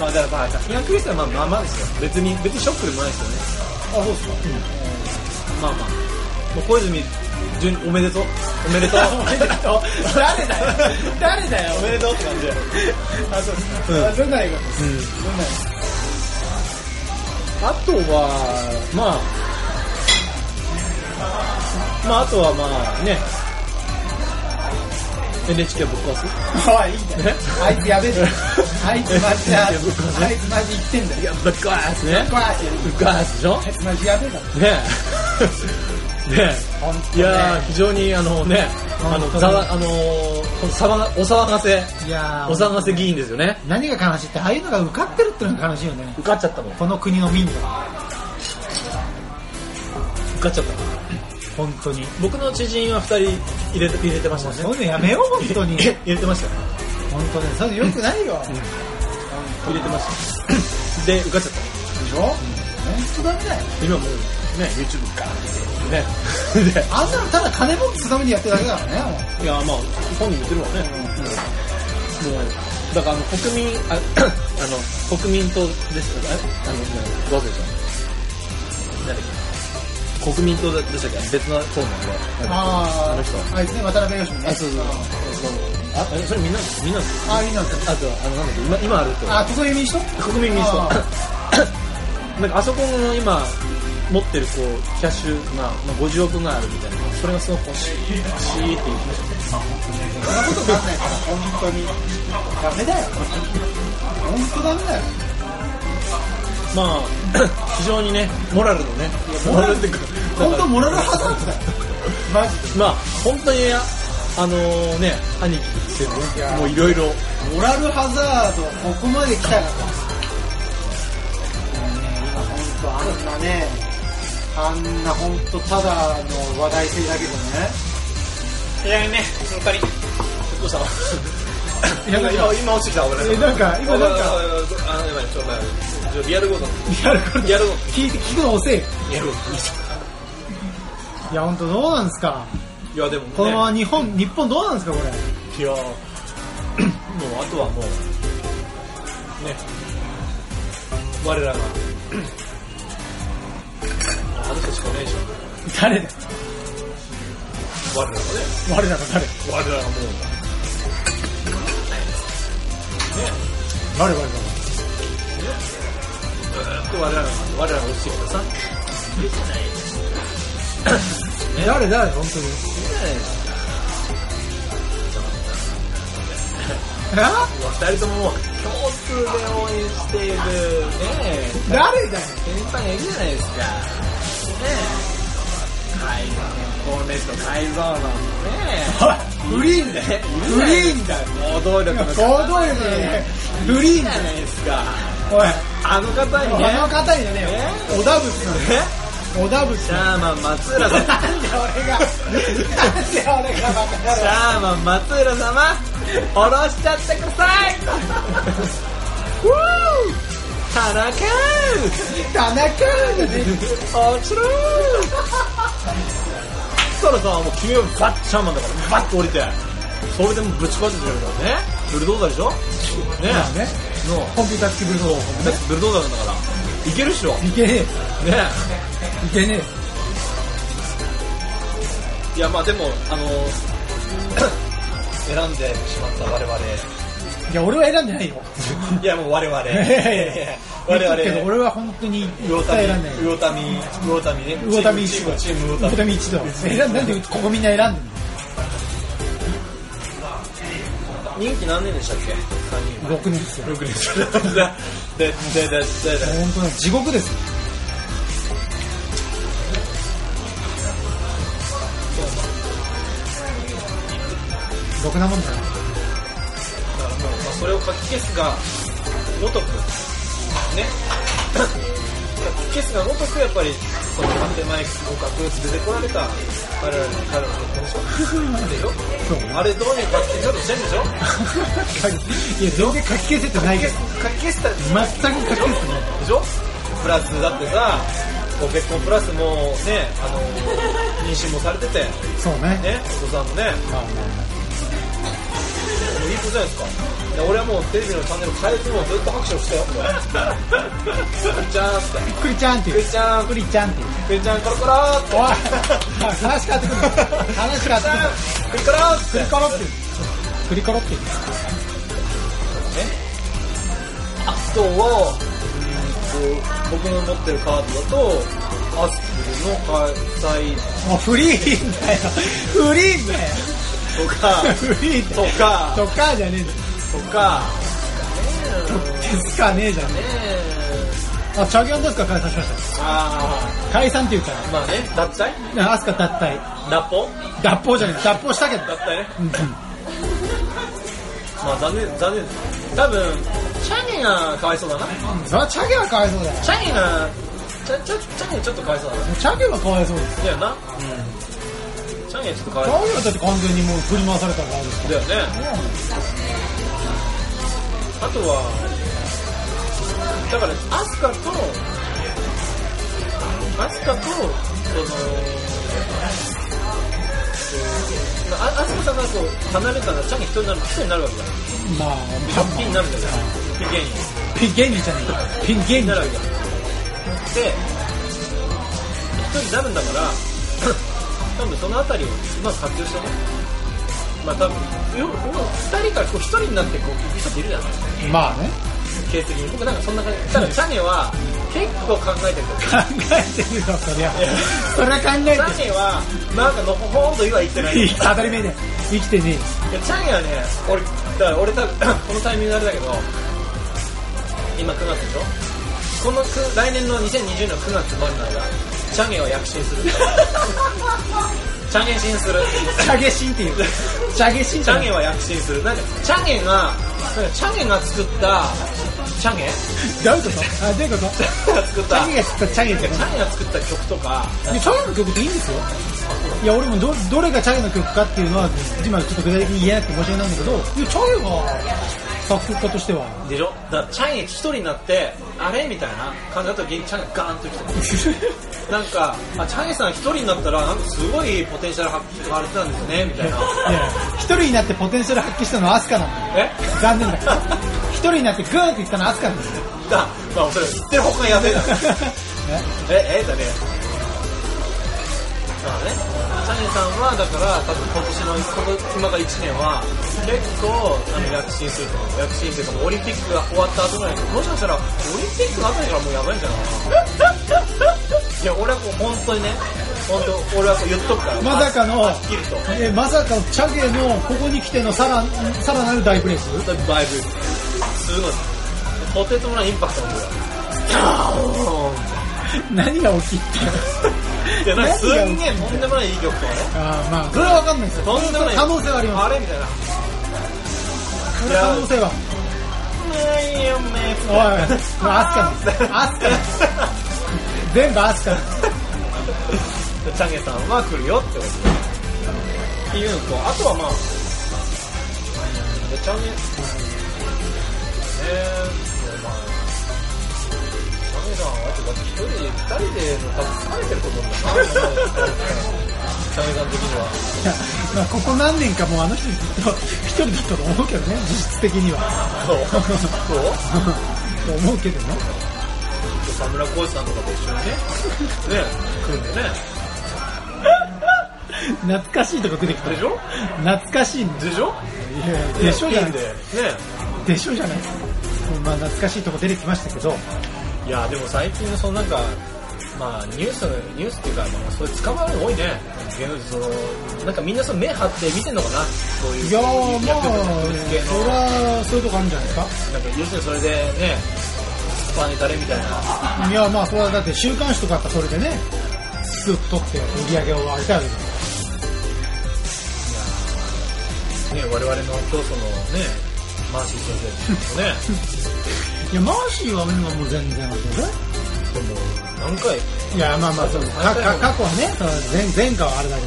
S2: まあだからまあジャスティン・アクリスはまあまあまあですよ別に別にショックでもないですよね
S3: えあそうっすか
S2: まあまあもう小泉純おめでとうおめでとう
S3: おめでとう誰だよ誰だよ
S2: おめでとうって感じで
S3: あそうっす
S2: うん
S3: かあどんな映画です
S2: うん
S3: どんな映
S2: あとは、まあ、まああとはまあね NHK ぶっ壊す
S3: おいいいんだよあいつやべえぞあいつマジだあいつマジ生きてんだよ
S2: いやぶっ壊すね
S3: 怖いあ
S2: ぶっ壊すでしょ
S3: いつマジやべえだろ
S2: ねえね
S3: ほんと
S2: えい
S3: ね
S2: やー非常にあのねあ
S3: 本当
S2: の
S3: に
S2: ざわあのーこの騒がお騒がせ
S3: いやー
S2: お騒がせ議員ですよね
S3: 何が悲しいってああいうのが受かってるってのが悲しいよね
S2: 受かっちゃったもん受
S3: この国の民が
S2: かっちゃった
S3: 本当にも
S2: 僕の知人は2人入れて入れてまし
S3: う
S2: た
S3: そう
S2: ね
S3: いうのやめよう本当に
S2: 入れてました
S3: 本当ねそういうのよくないよ、で
S2: 入れてましたで受かっちゃった
S3: しょ、本当ダメだよ
S2: 今もうね YouTube ガーン ってね
S3: あんなのただ金儲けするためにやってるだけだからねもう
S2: でいやまあ本人言ってるわね、もうだからあの国民ああの国民党ですよねあのごわけじゃん誰だっけ国民党でしたっけ別の党なんで
S3: あ
S2: あの人
S3: ああいつね渡辺良美ね
S2: あそうそうあえそれみんなみんなです
S3: ああいいなんだ
S2: あとあのなんだっけ今今あると
S3: あ国民民主党
S2: 国民民主党
S3: あ
S2: なんかあそこの今持ってるこうキャッシュが、まあ、50億があるみたいなそれがすごく欲しい欲しいって言ってました
S3: そんなことなんないから本当にダメだよ本当ダメだよ
S2: まあ 非常にねモラルのね
S3: モラル
S2: っていうか
S3: 本当モラルハザードだよマジ
S2: まあ本当にあのね兄貴ですよねもういろい ろ
S3: でモラルハザードここまで来たからもうね今本当あんなねあんな本当ただの話題性だけどね
S2: いやねその代わりどうした
S3: いやなんか
S2: 今落ちてきた俺
S3: えなんか今なんか
S2: あやばいちょっと待ってちょっとリアルゴード
S3: やること
S2: リアルゴー
S3: 聞いて聞くの遅い
S2: ドリアルゴー
S3: いや本当どうなんですか
S2: ドいやでもね
S3: このまま日本、日本どうなんですかこれ
S2: いやーもうあとはもうね我らがあの人しかねえでしょ
S3: 誰だよ
S2: 我らがね
S3: 我らが誰
S2: 我らがも
S3: 我々
S2: う
S3: が
S2: ずーっと我らが我らが落ちてきたさ
S3: 誰誰本当にあ
S2: 二人とももう共通で応援しているね
S3: 誰だよ
S2: 先輩がいるじゃないですかねえ改造この人改造のね
S3: フリーンだよフリーンだよ
S2: え行動力の
S3: 行動力のねフリーン
S2: じ
S3: だ
S2: ゃ
S3: よ
S2: ないですか
S3: おい
S2: あの方にね
S3: あの方にね
S2: え
S3: 小田淵の
S2: え
S3: 小田淵
S2: シャーマン松浦
S3: な
S2: 様
S3: んで 俺がなんで俺がバカ
S2: シ
S3: 野郎
S2: ャーマン松浦様おろしちゃってくださいウォー田中
S3: 田中
S2: 落ちろそしたらさもう君はバッシャーマンだからバッと降りてそれでもうぶち壊してくれるからねブルドーザーでしょね
S3: まあね
S2: の
S3: コンピューター付きブルドー
S2: ブルドーザーなんだからいけるっしょね
S3: いけねえいけね
S2: いやまあでもあの 選んでしまった我々
S3: えいや俺は選んでないよ
S2: いやもう我々。
S3: いやいやいや
S2: 我々。
S3: けど俺は本当に
S2: 魚
S3: 絶対
S2: 民
S3: 選んない。よ
S2: 魚民。魚民ね。
S3: 魚民一
S2: チー
S3: 度
S2: ムチーム魚
S3: 魚
S2: 民。
S3: 民一度選んなんでここみんな選んでんの
S2: 任期何年でしたっけ三人。
S3: 6年ですよ
S2: 六年。ででででで。
S3: 本当に地獄ですよろくなもんだな
S2: だからもうまあそれを書き消すがごとくね書き消すがごとくやっぱりその建前合格出てこられた彼らの彼らの結婚でしょ
S3: そう
S2: でしょあれどうにかってちょっとしてんでしょ
S3: いや上下書き消せってないけど
S2: 書き消したら
S3: 全く書き消せてない
S2: でしょプラスだってさご結婚プラスもうねあの 妊娠もされててね
S3: そうね
S2: お子さんもね
S3: まあまあ
S2: もういいことじゃないですかいや俺はもうテレビのチャンネル変えずもうずっと拍手をしたよクリちゃんって
S3: まあクリちゃんって
S2: ク
S3: いう
S2: リちゃん
S3: クリちゃんっていう
S2: クリちゃんコロコローって
S3: おい話変わってくる話変わってくる
S2: クリコローっ
S3: ク
S2: て
S3: リコロっていうクリコロっていう
S2: あとはうーんと僕の持ってるカードだとアスキルの開催
S3: もうフリーだよフリーだよ
S2: とか
S3: フリーだ
S2: と
S3: よ
S2: か
S3: とかじゃねえんだよ
S2: とか
S3: ですかねえじゃね
S2: ねえ
S3: えあチャギアンですか解散しまし
S2: あ
S3: た解散っていうか
S2: あまあね脱退
S3: アスカ脱退
S2: 脱法
S3: 脱法じゃない脱法したけど
S2: 脱退ね
S3: うん
S2: まあ残念残念多分チャギがかわいそうだな
S3: それはチャゲはかわいそうだよ
S2: チャギがチャチャチャギちょっとかわいそうだな
S3: チャゲはかわいそうです
S2: だよなチャギはちょっとか
S3: チャ
S2: わい
S3: ゲ
S2: そ
S3: はだって完全にもう振り回されたからですか
S2: うだよね
S3: らね
S2: あとはだからアスカとアスカとそのそうあアスカさんがこう離れたらチャンが人になる人になるわけじゃな
S3: まあまあ
S2: いピンになるんだよピン芸人
S3: ピン芸人じゃねえかピン
S2: に
S3: 芸人
S2: なるわけだで一人になるんだから 多分その辺りをうまく活用してねまあ多分よ2人からこう1人になってこう行く人っているじゃない
S3: まあね
S2: ケース的に僕なんかそんな感じただチャネは結構考えてるんだよ
S3: 考えてるよそりゃそりゃ考え
S2: チャネはなんかのほほんと言は言ってな
S3: てる
S2: い
S3: よ当たり前だよ生きてねえよ
S2: いやチャンはね俺だから俺多分 このタイミングであれだけど今9月でしょこのく来年の2020年の9月までの間チャンゲンは躍進する チャンゲン進する
S3: チャゲシンっていうチャゲシン
S2: チ
S3: じゃ
S2: ャン
S3: な
S2: ゲ
S3: い
S2: ンは躍進するなんかチャンゲンがなんかチャンゲンが作ったチャンゲン
S3: どういうことあどういうこと
S2: が作っ
S3: チ
S2: た
S3: ャゲが作ったチャゲって
S2: チ
S3: こと
S2: ャンゲンが作った曲とか
S3: いやチャゲの曲っていいんですよいや俺もどどれがチャゲの曲かっていうのは今ちょっと具体的に言えなくて申し訳ないんだけどいやチャゲが作曲家 としては
S2: でしょだからチャンエ一人になってあれみたいな感じだとチャンがガーンと来てなんかあチャンエさん一人になったらなんかすごいポテンシャル発揮されてたんですねみたいない
S3: や一人になってポテンシャル発揮したのはアスカなんだよ
S2: え
S3: 残念だけど一人になってグーンって言ったのはアスカなんだよ
S2: だまあそれ言ってる方がやべ えなええだねまあねチャンエさんはだから多分今年のこの今が1年は結構あの躍進すると思う躍進というかもうオリンピックが終わった後ぐらいにもしかしたらオリンピックの後からもうやばいんじゃない いや俺はこう本当にね本当俺はこう言っとくから
S3: まさかの
S2: はっきりと
S3: えまさかのチャゲのここに来てのさらさらなる大ブレイク
S2: 本当にバイブすごいとてつもないインパクトがあるよ
S3: 何が起きっ
S2: いやなんかすん
S3: 何
S2: げえとんでもないいい曲とかね
S3: あーまあそれは分かんないですよ
S2: とんでもない
S3: 可能性はあります
S2: あれみたいな
S3: それは可能性はおいまあアスカですアスカです全部アスカです
S2: チャゲさんは来るよってことっていうのとあとはまあでチャゲねえまあチャゲさんはあとだって一人で二人での多分疲れてると思うんだなチャゲさん的にはい
S3: やまあ、ここ何年かもうあの人ずっと一人だったと思うけどね実質的には
S2: そうそう
S3: と思うけどね
S2: 沢村浩二さんとかと一緒にねね組んでね
S3: 懐かしいとこ出てきた
S2: でしょ
S3: 懐かしいんだ
S2: でしょ
S3: いやいやでしょじゃない
S2: で
S3: で
S2: ね
S3: でしょじゃないまあ懐かしいとこ出てきましたけど
S2: いやでも最近のそのなんかまあニュースニュースっていうかまあそういう捕まるの多いね芸能人そのなんかみんなその目張って見てんのかなそういう
S3: いやーまあ
S2: 薬物毒物系
S3: そ
S2: の
S3: れはそういうとこあるんじゃないですか
S2: なんか要するにそれでねスパネタレみたいない
S3: やまあそれはだって週刊誌とかやったらそれでねスープ取って売り上げを上げたわけです
S2: ね我々の教祖のねマーシー先生もね
S3: いやマーシーは今もう全然あるけどね
S2: でも何回
S3: いやまあまあそうかか過去はねその前前科はあれだけど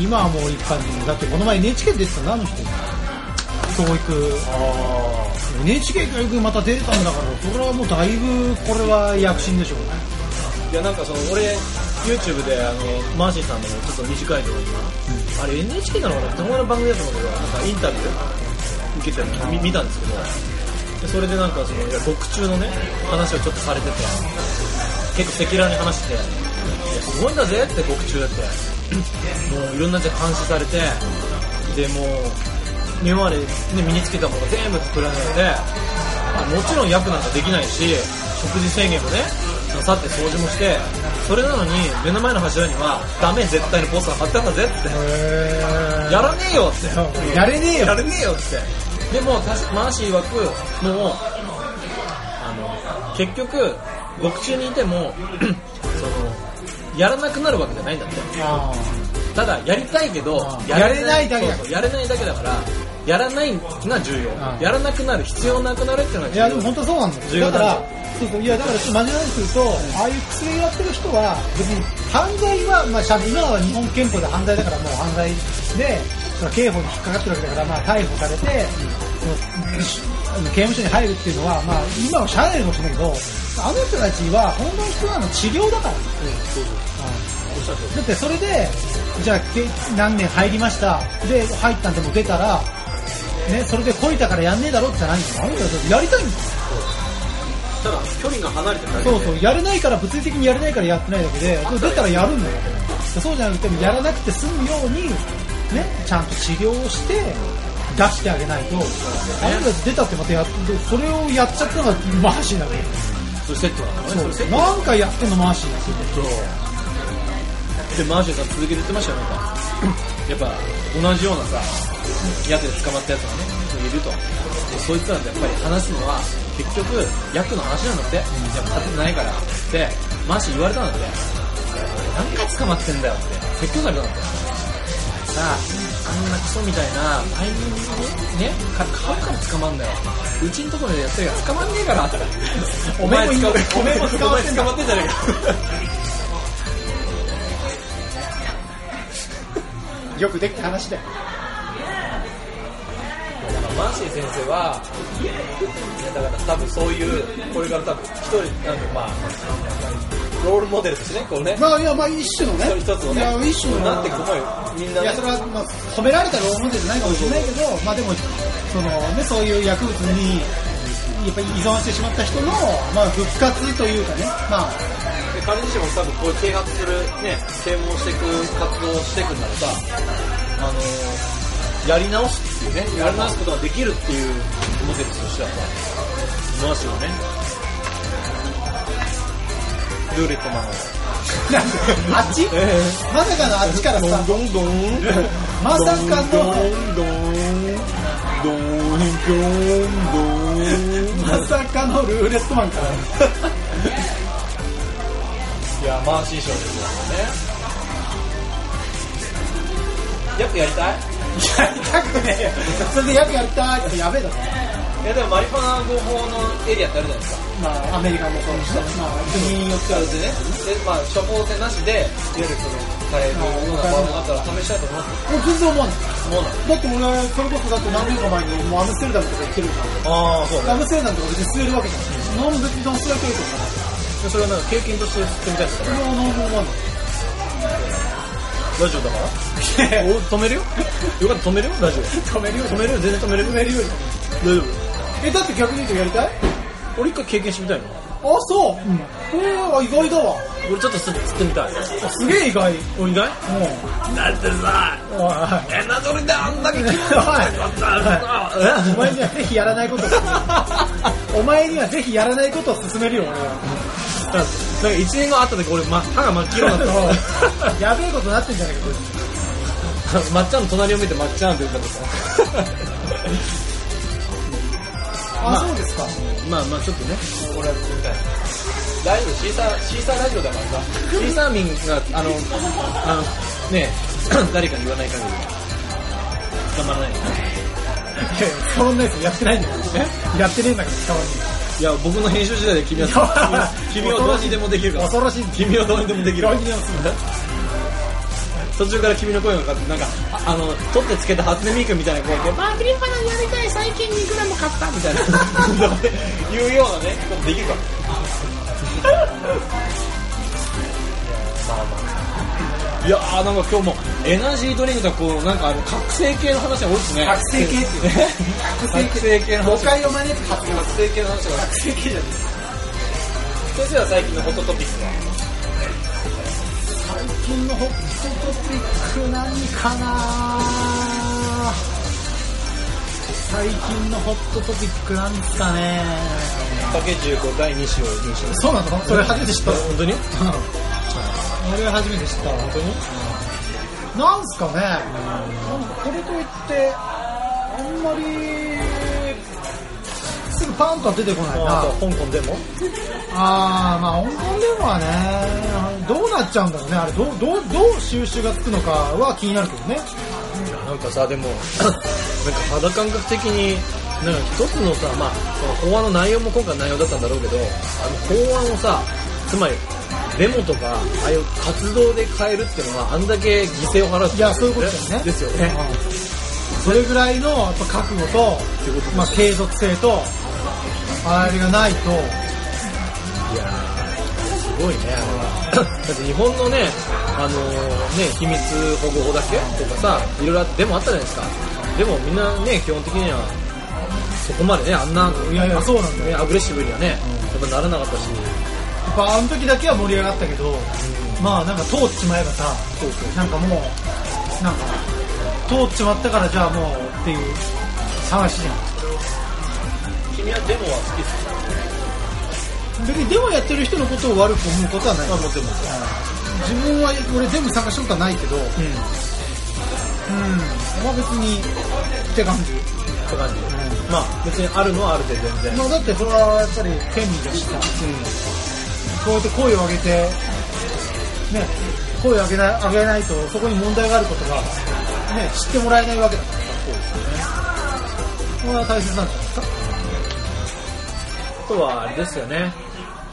S3: 今はもう一般人だってこの前 NHK 出てたなあの人教育
S2: あ
S3: NHK 教育また出てたんだからそれはもうだいぶこれは躍進でしょうね
S2: いやなんかその俺 YouTube であのマーシーさんのちょっと短い動画、あれ NHK なのかな友達の番組だと思うけどなんかインタビュー受けてるの見見たんですけどでそれでなんかそのいや獄中のね話をちょっとされてて結構赤裸々に話してていやすごいんだぜって獄中だってもういろんな人監視されてでもう今まで、ね、身につけたもの全部作らないのでもちろん役なんかできないし食事制限もねその去って掃除もしてそれなのに目の前の柱にはダメ絶対のポスター貼ってあんだぜって
S3: へ
S2: やらねえよって
S3: そうやれねえよ
S2: やれねえよってでもたしマーシー曰くもうあの結局獄中にいても そのやらなくなるわけじゃないんだって
S3: あ
S2: ただやりたいけど
S3: あーやれないだけだ
S2: そうそうやれないだけだからやらないが重要
S3: あー
S2: やらなくなる必要なくなるっていうのが
S3: ー
S2: 重
S3: い
S2: 要
S3: やでも本当そうなんです
S2: 重
S3: よ
S2: 要
S3: だ
S2: だ
S3: からそうそういやだからちょっと真面目な話すると、ああいう薬をやってる人は別に犯罪は、まあ、しゃ今は日本憲法で犯罪だからもう犯罪でその刑法に引っかかってるわけだから、まあ、逮捕されて、そのあの刑務所に入るっていうのは、まあ、今はしゃあないかもしれないけどあの人たちは本当に人なの治療だから、だってそれでじゃあけ何年入りましたで入ったんでも出たら、ね、それでこいたからやんねえだろってじゃないんだよあの人はやりたいんだよ
S2: ただ距離が離れてるだけで
S3: そうそうやれないから物理的にやれないからやってないだけで出たらやるんだよそうじゃなくてもやらなくて済むように、ね、ちゃんと治療をして出してあげないと、あの人たち出たってまたやっそれをやっちゃったのがマーシーなのよ
S2: そういうセットだからねそういうセット
S3: 何回やってんのマーシーなんですよ
S2: そうでマーシュさん続けて言ってましたよなんかやっぱ同じようなさやつで捕まったやつがねいるとでそいつらとやっぱり話すのは結局役の話なんだって、やっぱ立ててないからってマーシュ言われたんだって何回捕まってんだよって説教されたんだってさああんなクソみたいな売人をねか買うから捕まんだようちんとこでやってるから捕まんねえからって
S3: おめえもいい
S2: お前捕まお
S3: お前
S2: 前
S3: 捕
S2: 捕
S3: ま
S2: ま
S3: っ
S2: ってて
S3: ん
S2: ん
S3: じ
S2: じ
S3: ゃ
S2: ゃねえか
S3: ねえかよくできた話だよ
S2: マーシー先生は、いやだから多分そういう、これから多分一人、なんかまあ、ロールモデルとしてね、こうね、
S3: まあいやまあ一種のね
S2: 一人一つを
S3: い
S2: ね、
S3: や一種の
S2: なってく思い、みんないね
S3: や、それは、まあ、褒められたローモデルじゃないかもしれないけど、まあでも、そのね、そういう薬物に、やっぱり依存してしまった人の、まあ、復活というかね、まあ、
S2: 彼自身も多分こういう啓発する、ね、啓蒙していく活動をしていくんだろうさ、あのー、やり直すっていうね、やり直すことができるっていうモデルとしてはさ、マーシーはね、ルーレットマンを。
S3: あっちまさかのあっちからスタート。
S2: ンドン
S3: まさかの
S2: ドンドンドンドンドン
S3: まさかのルーレットマンから。
S2: いやマーシー賞ですよねやっぱやりたい
S3: やりたくねえよ。それでやくやったーってやべえだろ。
S2: いやでもマリファナ合法のエリアってあるじゃないですか
S3: まあ、アメリカもそうした。まあ、
S2: 国によってあるでねでまあ処方箋なしでいわゆるそのカレーのようなものがあったら試したいと思って
S3: 俺全然思わ
S2: もうな
S3: ない。だって俺、それこそだって何年か前に、もうアムステルダムとか行ってるじゃ。
S2: ああそうん
S3: アムステルダムとか別に吸えるわけじゃん。何も別にどう吸えてるとか。
S2: でそれはなんか経験として吸ってみたいですか
S3: そ
S2: ら
S3: れは何も思わない。
S2: ラジオだからお止 めるよよかった止めるよラジオ止めるよ止めるよ全然止めるよ
S3: 止めるよ
S2: 大丈夫
S3: りえだって逆に言うとやりたい
S2: 俺一回経験してみたいの
S3: あそう、うん、おー意外だわ
S2: 俺ちょっと吸ってみたい
S3: すげえ意外も
S2: おいないだってさ
S3: うおい
S2: エナドリであんだけ
S3: お前にはぜひやらないことを 勧めるお前にはぜひやらないことを勧めるよ俺は
S2: なんか一年後会った時俺、ま、歯が真っ黄色になった
S3: うんやべえことなってんじゃねえかこいつ
S2: まっちゃんの隣を見てまっちゃんって言ったとか
S3: あそうですか
S2: まあまあちょっとね俺はみたい大丈夫シーサーシーサーラジオだからさシーサー民があのあのね誰かに言わない限り捕まらないよね
S3: いやいや変わんないですよやってないんだよやってねえんだから変わん
S2: いや、僕の編集時代で君は、君は君をどうにでもできる から。
S3: 恐ろしい
S2: 君をどうにでもできる
S3: ど
S2: か
S3: う
S2: ら
S3: にでもする
S2: 途中から君の声がかかって、なんか、ああの、取ってつけた初音ミクみたいな声で、バーテリンパナやりたい、最近いくらも買ったみたいな。言うようなね、ことできるから。いやまあまあ。いやーなんか今日もエナジードリンクとかこうなんかあの覚醒系の話が多いですね
S3: 覚醒系っていう
S2: ね覚醒系の
S3: 誤
S2: 話
S3: 解を招く
S2: 覚醒系の話が
S3: 覚醒系じゃね
S2: 先生は最近のホットトピックは
S3: え最近のホットトピック何かな最近のホットトピックなんですかね
S2: 竹15第2子を入賞
S3: そうなのそれ初めて知った
S2: 本当に
S3: 俺は初めて知った本当になんすかねなんかこれといってあんまりすぐパンとは出てこないな
S2: あとは香港でも
S3: あーまあ香港電話ねどうなっちゃうんだろうねあれどうどうどう収集がつくのかは気になるけどね
S2: なんかさでもなんか肌感覚的になんか一つのさ、まあ、その法案の内容も今回内容だったんだろうけどあの法案をさつまりデモとかああいう活動で変えるっていうのはあんだけ犠牲を払うって
S3: いやそういうことだよね
S2: ですよね
S3: うんそれぐらいのやっぱ覚悟と
S2: ってことです
S3: まあ、継続性とあれがないと
S2: いやーすごいねだって日本のねあのーね秘密保護法だっけとかさいろいろあってデモあったじゃないですかでもみんなね基本的にはそこまでねあんない
S3: やいやそうなんだよ
S2: ね
S3: やっ
S2: アグレッシブにはね、やっぱならなかったし、
S3: ぱあの時だけは盛り上がったけど、まあなんか通っちまえばさ
S2: そうそう
S3: なんかもうなんか通っちまったからじゃあもうっていう話じゃん
S2: 君はデモは好きです
S3: 別にデモやってる人のことを悪く思うことはない
S2: あもちろん
S3: 自分は俺デモ参加したことはないけど
S2: う
S3: うん
S2: ん
S3: まあ別にって感じ
S2: って感じ、まあ別にあるのはあるで全然
S3: まあだってそれはやっぱり権利だしさこうやって声を上げてね声を上げない上げないとそこに問題があることがね知ってもらえないわけだからそうですねこれは大切なんじゃないですか
S2: あとはあれですよね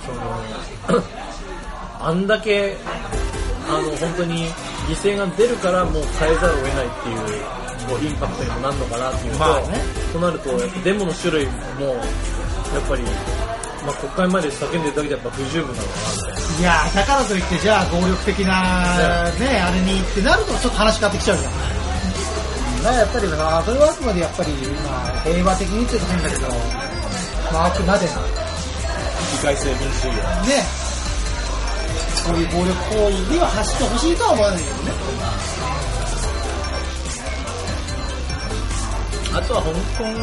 S2: その あんだけあの本当に犠牲が出るからもう変えざるを得ないっていうこうインパクトにもなるのかなっていうと、
S3: まあね
S2: となるとやっぱデモの種類もやっぱり、まあ、国会まで叫んでるだけでやっぱ不十分なのかなみたいない
S3: やーだからといってじゃあ暴力的なねあれにってなるとちょっと話変わってきちゃうじゃんだからやっぱりまあそれはあくまでやっぱり、まあ、平和的にって言うと変だけど、まあ、あくまでな
S2: 議会制民主主義は
S3: ね、そういう暴力行為には走ってほしいとは思わないけどね。
S2: あとは香港でも、うん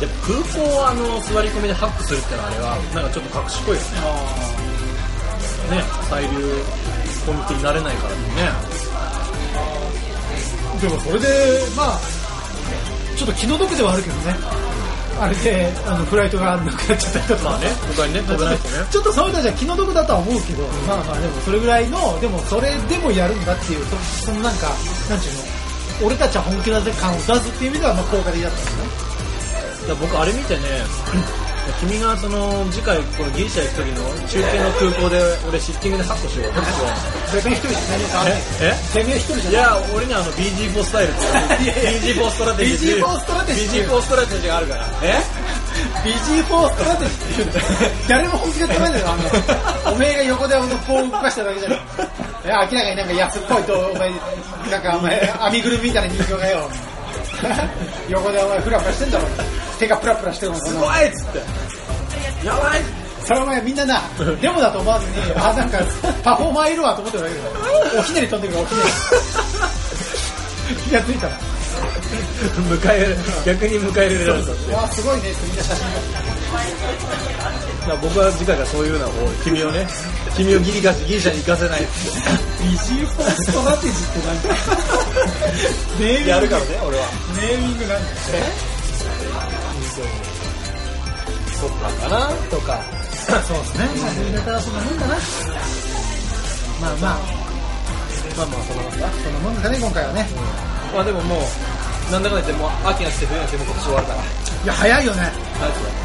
S2: でも空港をあの座り込みでハックするってのはあれは、なんかちょっと隠しっぽいよね。ね、最流コミュニティになれないからね。
S3: でもそれで、まあ、ちょっと気の毒ではあるけどね。あれで、あの、フライトがなくなっちゃったりとか。
S2: まあね、他にね、飛べないとね。
S3: ちょっとそういうのじゃ気の毒だとは思うけど、まあまあでもそれぐらいの、でもそれでもやるんだっていう、そそのなんか、なんちゅうの、俺たちは本気だぜ感を出すっていう意味ではまあ効果的だったんです ね。
S2: だから僕あれ見てね、 君がその次回このギリシャ行く時の中継の空港で俺シッティングでハックしよう。ハックしよ
S3: てめえ一人じゃ何も変わん
S2: う
S3: ない。
S2: え
S3: てめえ一人じゃ
S2: い
S3: ない。
S2: や、俺にはあの BG4 スタイルって
S3: いやいや
S2: BG4 ストラテジーっていう
S3: BG4 ストラテジーっていう
S2: BG4 ストラテジーがあるから。え
S3: BG4 ストラテジーって言うんだよ誰も本気で止めないよ、あの、おめえが横であの棒を動かしただけじゃない。いや、明らかになんか安っぽいと、お前、なんかお前、編みぐるみみたいな人形がよ、横でお前フラフラしてんだろ。手がプラプラしてるもん、
S2: すごいっつって。やばい っつって
S3: それお前みんなな、デモだと思わずに、あ、なんかパフォーマーいるわと思ってるだけだよ。おひねり飛んでくる、おひねり。気がついたら。
S2: 迎え入れ逆に迎え入れられたっていう
S3: わあ、すごいねってみんな写真が。
S2: だから僕は次回からそういうのを君をね君をギリガシギリシャに行かせないっ
S3: ビジーフォーストラテジーってなんか、 ネーミン
S2: て
S3: グ
S2: やるからね俺は
S3: ネーミングなんだよ
S2: そっかかなとか
S3: そうですね。まあ、そういうネタはそんなもんかな。まあまあ、
S2: まあまあそんなもんだ
S3: そんなもんですかね、今回はね。
S2: まあでももうなんだかんだ言ってもう秋が来て冬が来てもう今年終わるから
S3: いや、早いよね。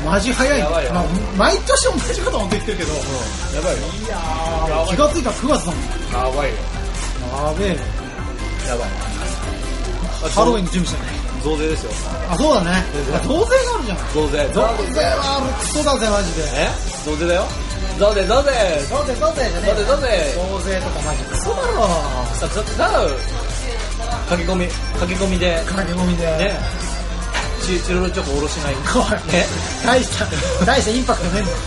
S3: マジ早い
S2: やばい
S3: よ。
S2: よ
S3: まあ、毎年同じこと持ってきてるけど、
S2: やばいよ
S3: 気がついたら9月だもん。
S2: やばいよ
S3: やべえ。
S2: やばい
S3: ハロウィンの準備してね。
S2: 増税ですよ
S3: あ、そうだね。あ増税があるじゃん。
S2: 増税増
S3: 増税はあるクソだぜ、マジで。
S2: え増税だよ増税増税
S3: 増税、増税じゃね
S2: 増税増税
S3: 増税とかマジクソだろ。
S2: さささ駆け込み駆け込みで
S3: 駆け込みで。
S2: ねチチロルチョコおろしない
S3: 怖い
S2: ね
S3: 大した、大したインパクトねえんだよ。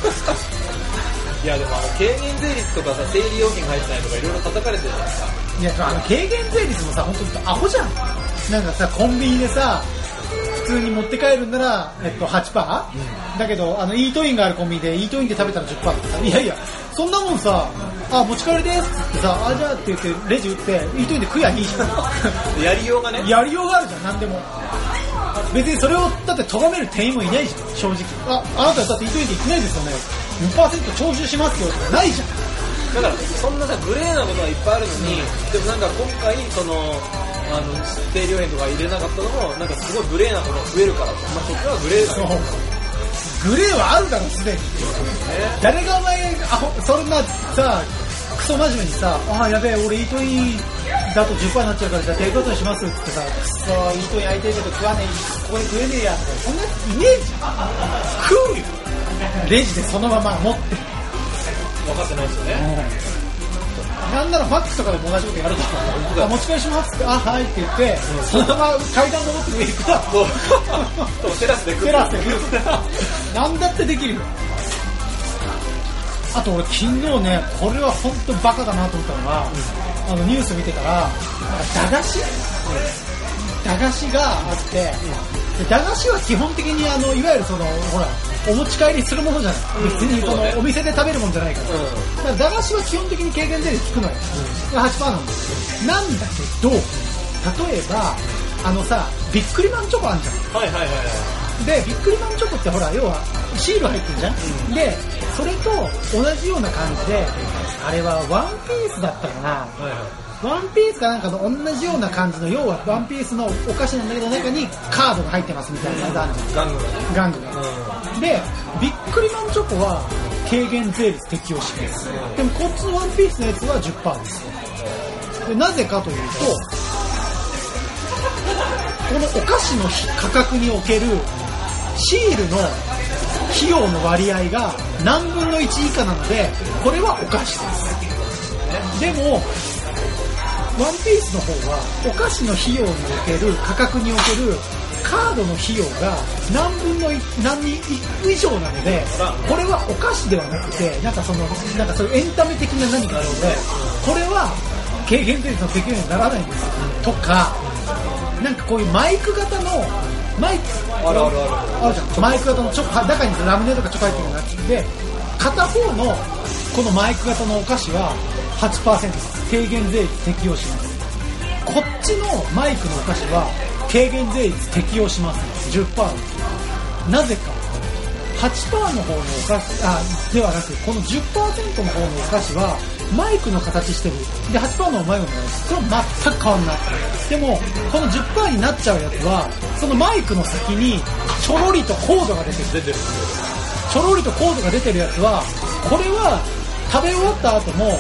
S2: いやでもあの軽減税率とかさ生理用品入ってないとかいろいろ叩かれてるじゃないですか
S3: いや、あの、軽減税率もさ、本当にアホじゃん。なんかさ、コンビニでさ、普通に持って帰るんなら、えっと、8%、だけど、あの、イートインがあるコンビニで、イートインで食べたら10%とかさ、いやいや、そんなもんさ、あ、持ち帰りですっつってさ、あ、じゃあって言って、レジ打って、イートインで食いゃいいじゃん。
S2: やりようが ね
S3: やりようがあるじゃん、なんでも。別にそれを、だって、咎める店員もいないじゃん、正直。あ、あなただってイートインで行ってないですよね。4%徴収しますよとかないじゃん。
S2: だからそんなさグレーなことはいっぱいあるのに、でもなんか今回そのあの定量変とか入れなかったのもなんかすごいグレーなことが増えるからまあそっちはグレーだ
S3: そう
S2: よね。
S3: グレーはあるだろ、すでに。誰がお前、アホそんなさ、クソ真面目にさ、ああ、やべえ、俺イートインだと10%になっちゃうから、じゃあテイクアウトにしますってさ、クソ、イートイン空いてるけど食わねえ、ここで食えねえや、そんなやついねえじゃん。食うよ。レジでそのまま持って。
S2: 分かってないですよね
S3: なんならファックスとかでも同じことやると
S2: 本当
S3: 思
S2: だ
S3: う。あ持ち帰りしますって、あ、はいって言って、そのまま階段登って上行くから、
S2: そう テラスで食う
S3: テラスで食う何だってできるよあと俺昨日ねこれは本当バカだなと思ったのは、あのニュース見てたらなんか駄菓子、駄菓子があって、で駄菓子は基本的にあのいわゆるそのほらお持ち帰りするものじゃない、別にそ
S2: そう
S3: の
S2: ね
S3: お店で食べるもんじゃないか
S2: う
S3: ら、
S2: ん
S3: だから駄菓子は基本的に軽減税率効くのよ、8%なんですよなんだけど例えばあのさビックリマンチョコあんじゃん
S2: はいはいはいはい
S3: でビックリマンチョコってほら要はシール入ってるじゃん、でそれと同じような感じであれはワンピースだったかな
S2: はいはい
S3: ワンピースかなんかの同じような感じの要はワンピースのお菓子なんだけど中にカードが入ってますみたいな感じあるじ
S2: ガングがね
S3: ゃん玩具がでビックリマンチョコは軽減税率適用してますでもこっちのワンピースのやつは10%ですでなぜかというとこのお菓子の価格におけるシールの費用の割合が何分の1以下なのでこれはお菓子ですでもワンピースの方はお菓子の費用における価格におけるカードの費用が何分の1何人以上なのでこれはお菓子ではなくてなんかそのなんかそういうエンタメ的な何かあるのでこれは軽減税率の適用にはならないんですよとかなんかこういうマイク型のマイク
S2: あるあるある
S3: あるじゃんマイク型のチョコ中にラムネとかチョコ入ってるのがあって片方のこのマイク型のお菓子は8%です軽減税率適用しますこっちのマイクのお菓子は軽減税率適用します10%ですなぜか8%の方のお菓子あではなくこの10%の方のお菓子はマイクの形してるで8%のマイクの形これは全く変わんないでもこの10%になっちゃうやつはそのマイクの先にちょろりとコードが出てる
S2: 出てる
S3: ちょろりとコードが出てるやつはこれは食べ終わった後も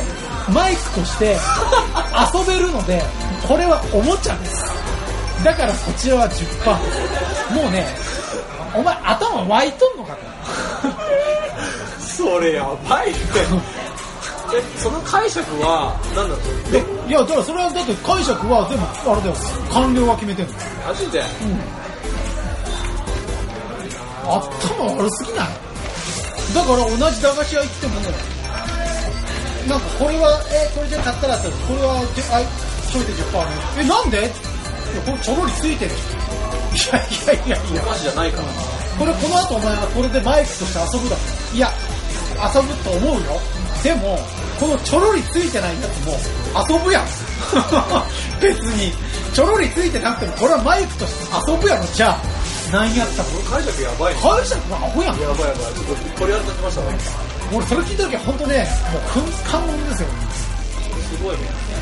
S3: マイクとして遊べるのでこれはおもちゃですだからこちらは10パーもうねお前頭湧いとんのかと
S2: それやば いってえその解釈は何なんですか
S3: いやだからそれはだって解釈はでもあれだよ官僚が決めてるの
S2: マジで
S3: 頭悪すぎないだから同じ駄菓子屋行ってもなんかこれはえこれじゃ買ったらってこれはであちょいで10%あるえなんでいやこれちょろりついてるいやいやいやいや
S2: お菓子じゃないから
S3: これこの後お前はこれでマイクとして遊ぶだろいや遊ぶと思うよでもこのちょろりついてないやつも遊ぶやん別にちょろりついてなくてもこれはマイクとして遊ぶやろじゃあ何やったの
S2: この解釈やばいね
S3: 会社のアホやん
S2: やばいやばいちょっとこれやっちゃってましたね
S3: 俺それ聞いた時は本当ねもう感感動ですよ
S2: すごいね。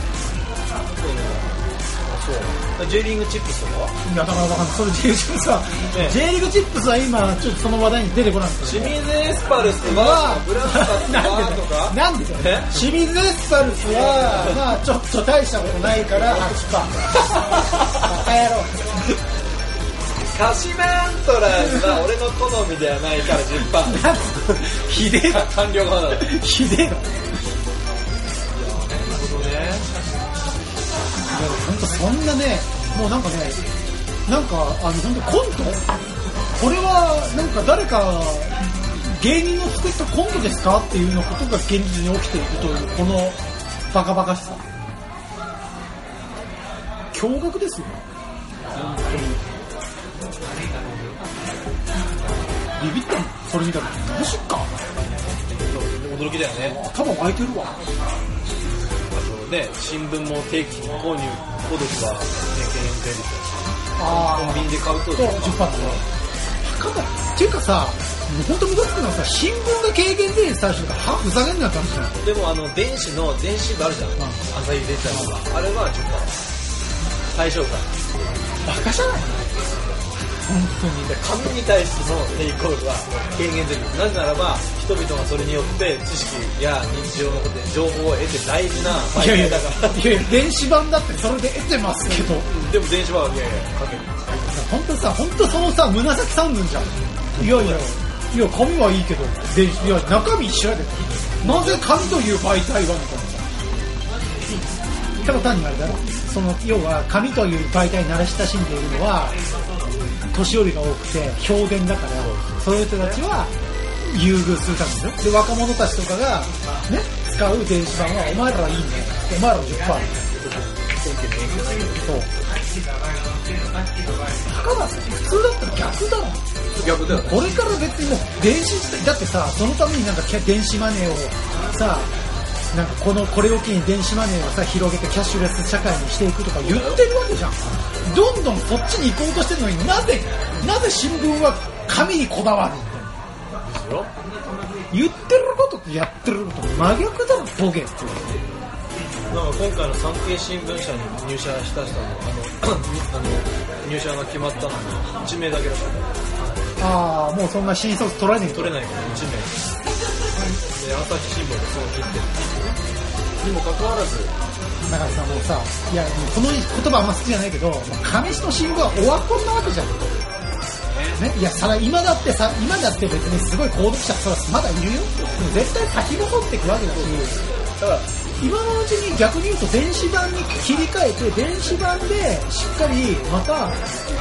S2: そう。ジュエリングチップスとか
S3: いやだからだからそれ J リーグさ、
S2: ええ
S3: J リーグチップスは今ちょっとその話題に出てこないんです
S2: 清
S3: よ
S2: 水エスパルスは、ブラスパス
S3: なん
S2: は
S3: で
S2: と
S3: だよ
S2: か、
S3: なんでだよ
S2: え
S3: 清水エスパルスはまあちょっと大したことないから8パーバカ野郎
S2: カシマントラスは俺の好みではないから10パー。
S3: なんでひでえだ
S2: 官僚派だ。なる
S3: ひでえだ
S2: ほどね。
S3: 本当そんなねもうなんかねなんかあの本当コントこれはなんか誰か芸人の作ったコントですかっていうのことが現実に起きているというこのバカバカしさ驚愕ですよ本当にビビったもんそれ見た時マジか
S2: 驚きだよね
S3: 頭湧いてるわ
S2: あとね新聞も定期購入購読は1 0
S3: あ
S2: 円クレジットコンビニで買うと
S3: そう10パーツバカだっていうかさもう本当ムカつくのはさ新聞が軽減税率最初から歯ふざけんなって話じゃん
S2: でもあの電子の電子部あるじゃん、朝日デジタルとかあれは10%対象外
S3: バカじゃない
S2: で紙に対してのテイクオールは軽減できるなぜならば人々がそれによって知識や日常のことで情報を得て大事な媒
S3: いやい
S2: 体
S3: や
S2: だから
S3: いやいや電子版だってそれで得てますけど
S2: でも電子版はいやいやかける
S3: 本当さ本当そのさ紫三文じゃんいやいやいや紙はいいけど電子いや中身一緒やでなぜ紙という媒体はみたいなただ単にあれだろその要は紙という媒体に慣れ親しんでいるのは年寄りが多くて評伝だからそういう人たちは優遇するためでしょで若者たちとかがね使う電子版はお前らはいいねお前らは10%パそう高田さん普通だったら逆だろ
S2: 逆だよね
S3: これから別にもう電子時代だってさそのためになんかキャ電子マネーをさなんかこのこれを機に電子マネーをさ広げてキャッシュレス社会にしていくとか言ってるわけじゃんどんどんそっちに行こうとしてるのになぜなぜ新聞は紙にこだわる言ってることとやってること真逆だろボケって
S2: なんか今回の産経新聞社に入社した人のあのあの入社が決まったのに1名だけだから
S3: ああもうそんな新卒取られねえ
S2: 取れないから1名で朝日新聞がそう切ってるにもかかわらず
S3: 中井さんもさいやもうこの言葉あんま好きじゃないけど亀石の新聞はオワコンなわけじゃんね、いやさ今だってさ今だって別にすごい購読者そらまだいるよでも絶対先細っていくわけだしだから今のうちに逆に言うと電子版に切り替えて電子版でしっかりまた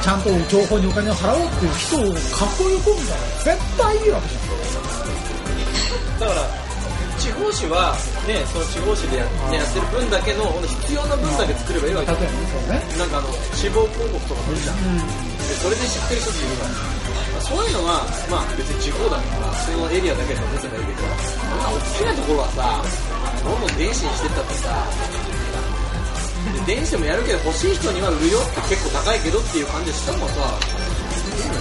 S3: ちゃんと情報にお金を払おうっていう人を囲い込んだら絶対いいわけじゃん
S2: だから地方紙はねその地方紙でや,、ね、やってる分だけのこの必要な分だけ作ればいいわけ
S3: 例えばねそ
S2: な
S3: うね
S2: んかあの死亡広告とかもいるじゃん、でそれで知ってる人っているから、まあそういうのはまあ別に地方だからそのエリアだけで出せばいいけどそんな大きなところはさどんどん電子にしてったってさで電子でもやるけど欲しい人には売るよって結構高いけどっていう感じでしたもんさ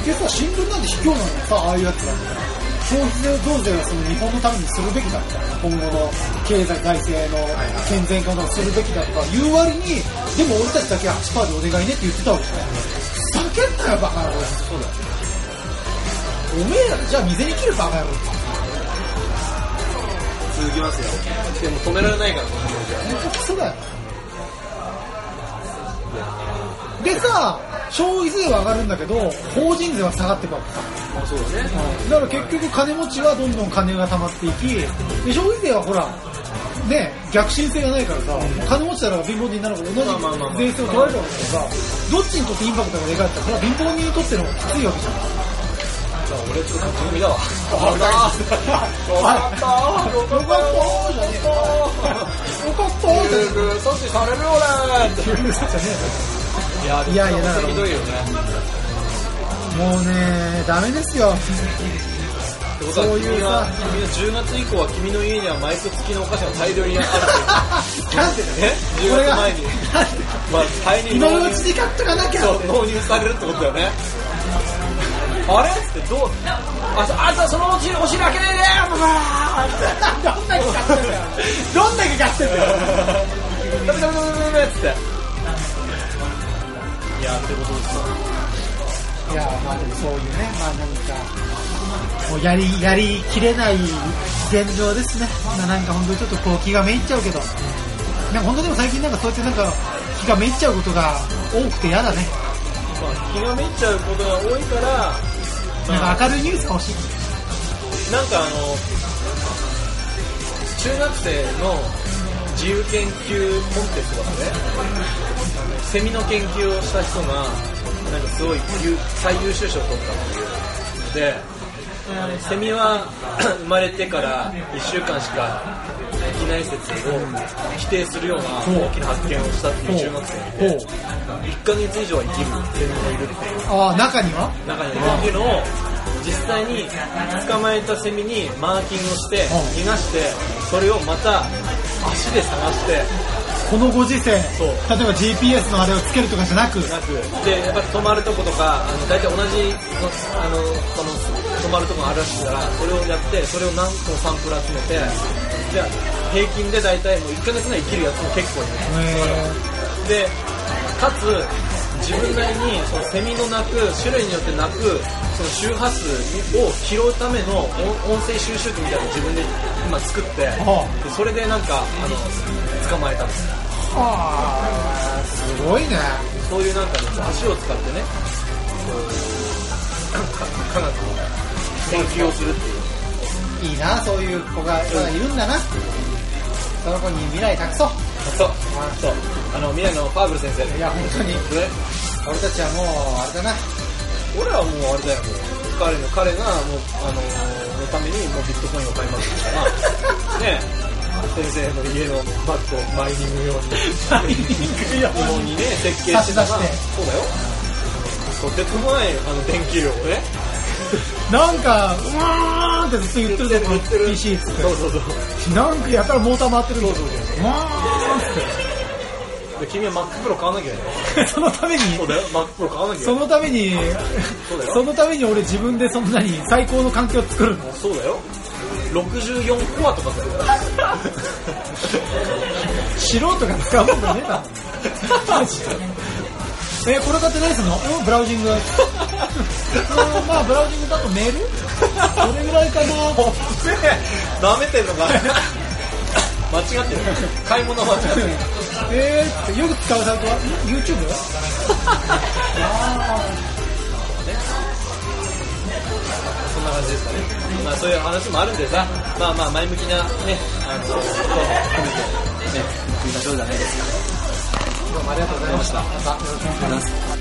S3: でさ、新聞なんて卑怯なのさ、ああいうやつらみたいな。消費税増税はその日本のためにするべきだみたいな。今後の経済財政の健全化をするべきだとか言う割に、でも俺たちだけ8%でお願いねって言ってたわけじゃない。ふざけんなよ、バカ野郎。そうだおめえらじゃあ水に切るバカ野郎。
S2: 続きますよでも止められないからこの表示は
S3: そうだよ。でさ、消費税は上がるんだけど、法人税は下がってくわけさ。
S2: まあそうだね
S3: だから結局金持ちはどんどん金が貯まっていき、で消費税はほら、ね、逆進性がないからさ、金持ちなら貧乏人ならば同じ
S2: まあまあまあまあ
S3: 税制を取られるわけだからさ、どっちにとってインパクトがでかいって言ったら、それは貧乏人にとっての方がきついわけじゃん。
S2: じゃあ俺ちょっと勝ち組だわ
S3: わか
S2: よかったよ
S3: よかったじゃねえよかったじゃね
S2: く阻止される俺
S3: えよかったじゃ
S2: い
S3: ね
S2: や
S3: いやいやだから
S2: ひどいよね
S3: えよもうね、ダメで すよ。
S2: ってことは
S3: そういう
S2: 君は
S3: さ
S2: 君は10月以降は君の家にはマイク付きのお菓子が大量にある
S3: なんで
S2: っていうえ
S3: こ
S2: 10
S3: れ
S2: 月
S3: が、
S2: 前に
S3: なんで
S2: まあ大量に
S3: 今の
S2: 納
S3: うち
S2: 入
S3: に買っとかなきゃ。
S2: そう納入されるってことだよねあれってどうあそうあんたそのお尻お尻開けないで
S3: どんだけ買ってんだよ。どんだけ買ってんだよ。
S2: ダメダメダメダメダメっつっていやってことです
S3: いやまあでもそういうねまあなんかもうやりやりきれない現状ですね、まあ、なんか本当にちょっとこう気がめいっちゃうけどなんか本当でも最近なんかそうやってなんか気がめいっちゃうことが多くて嫌だね
S2: まあ、気がめいっちゃうことが多いから、ま
S3: な
S2: あ、
S3: んか明るいニュースが欲しい
S2: なんかあの、中学生の自由研究コンテストとかで、ね、セミの研究をした人が、なんかすごい優最優秀賞を取ったっていう。で、セミは 生まれてから1週間しかいない説を否定するような大きな発見をしたっていう中学生
S3: ほう
S2: 1ヶ月以上は生きるセミがいるっていう
S3: ああ中には
S2: 中にいるっていうのを実際に捕まえたセミにマーキングをして
S3: う
S2: 逃がしてそれをまた足で探して
S3: このご時世例え
S2: そう
S3: ば GPS のあれをつけるとかじゃなく
S2: なくでやっぱ泊まるとことかあの大体同じのあのその泊まるとこがあるらしいからそれをやってそれを何個もサンプル集めてじゃあ平均で大体もう1ヶ月内生きるやつも結構いるでかつ自分なりにそのセミの鳴く種類によって鳴くその周波数を拾うための音音声収集機みたいなのを自分で今作って
S3: は
S2: でそれでなんかあの捕まえたんです
S3: はあすごいね
S2: そういうなんかね足を使ってねこうか科学を研究をするっていう
S3: いいなそういう子がまだいるんだなその子に未来託そう
S2: そうそうあの未来のファーブル先生
S3: いや本当に
S2: ね
S3: 俺たちはもうあれだ な
S2: 俺はもうあれだよ彼の彼がもうあのー、のためにもうビットコインを買いますから ね先生の家のバッグをマイニング用に
S3: マイニング用に
S2: にね設計してたら
S3: 差し出
S2: そうだよとてつもないあの電気量をね
S3: なんかうわーんってずっと言ってる
S2: 売
S3: けど PC っつ
S2: そうそうそう
S3: ってなんかやったらモーター回ってるんだよ
S2: そうそう
S3: うわ
S2: で君は MacPro 買わなきゃいけないよ
S3: ーんってそのために
S2: そうだよ MacPro 買わなきゃいけ
S3: そ
S2: ない
S3: のために
S2: そうだよ
S3: そのために俺自分でそんなに最高の環境を作るの
S2: そうだよ64コアとかだよ
S3: 素人が使うもんだねえなマジでえこれ買って何すんのうんブラウジングうんまあブラウジングだとメ ールどれぐらいかな
S2: 舐めてんの か間違ってる買い物間違ってる
S3: えーってよく使うサイトはん YouTube?
S2: そんな感じですかね。まあそういう話もあるんでさ、まあまあ前向きなね、あの、ことを含めて、ね、行きましょうじゃないですか。
S3: どうもありがとうございました。
S2: ありがとうございます。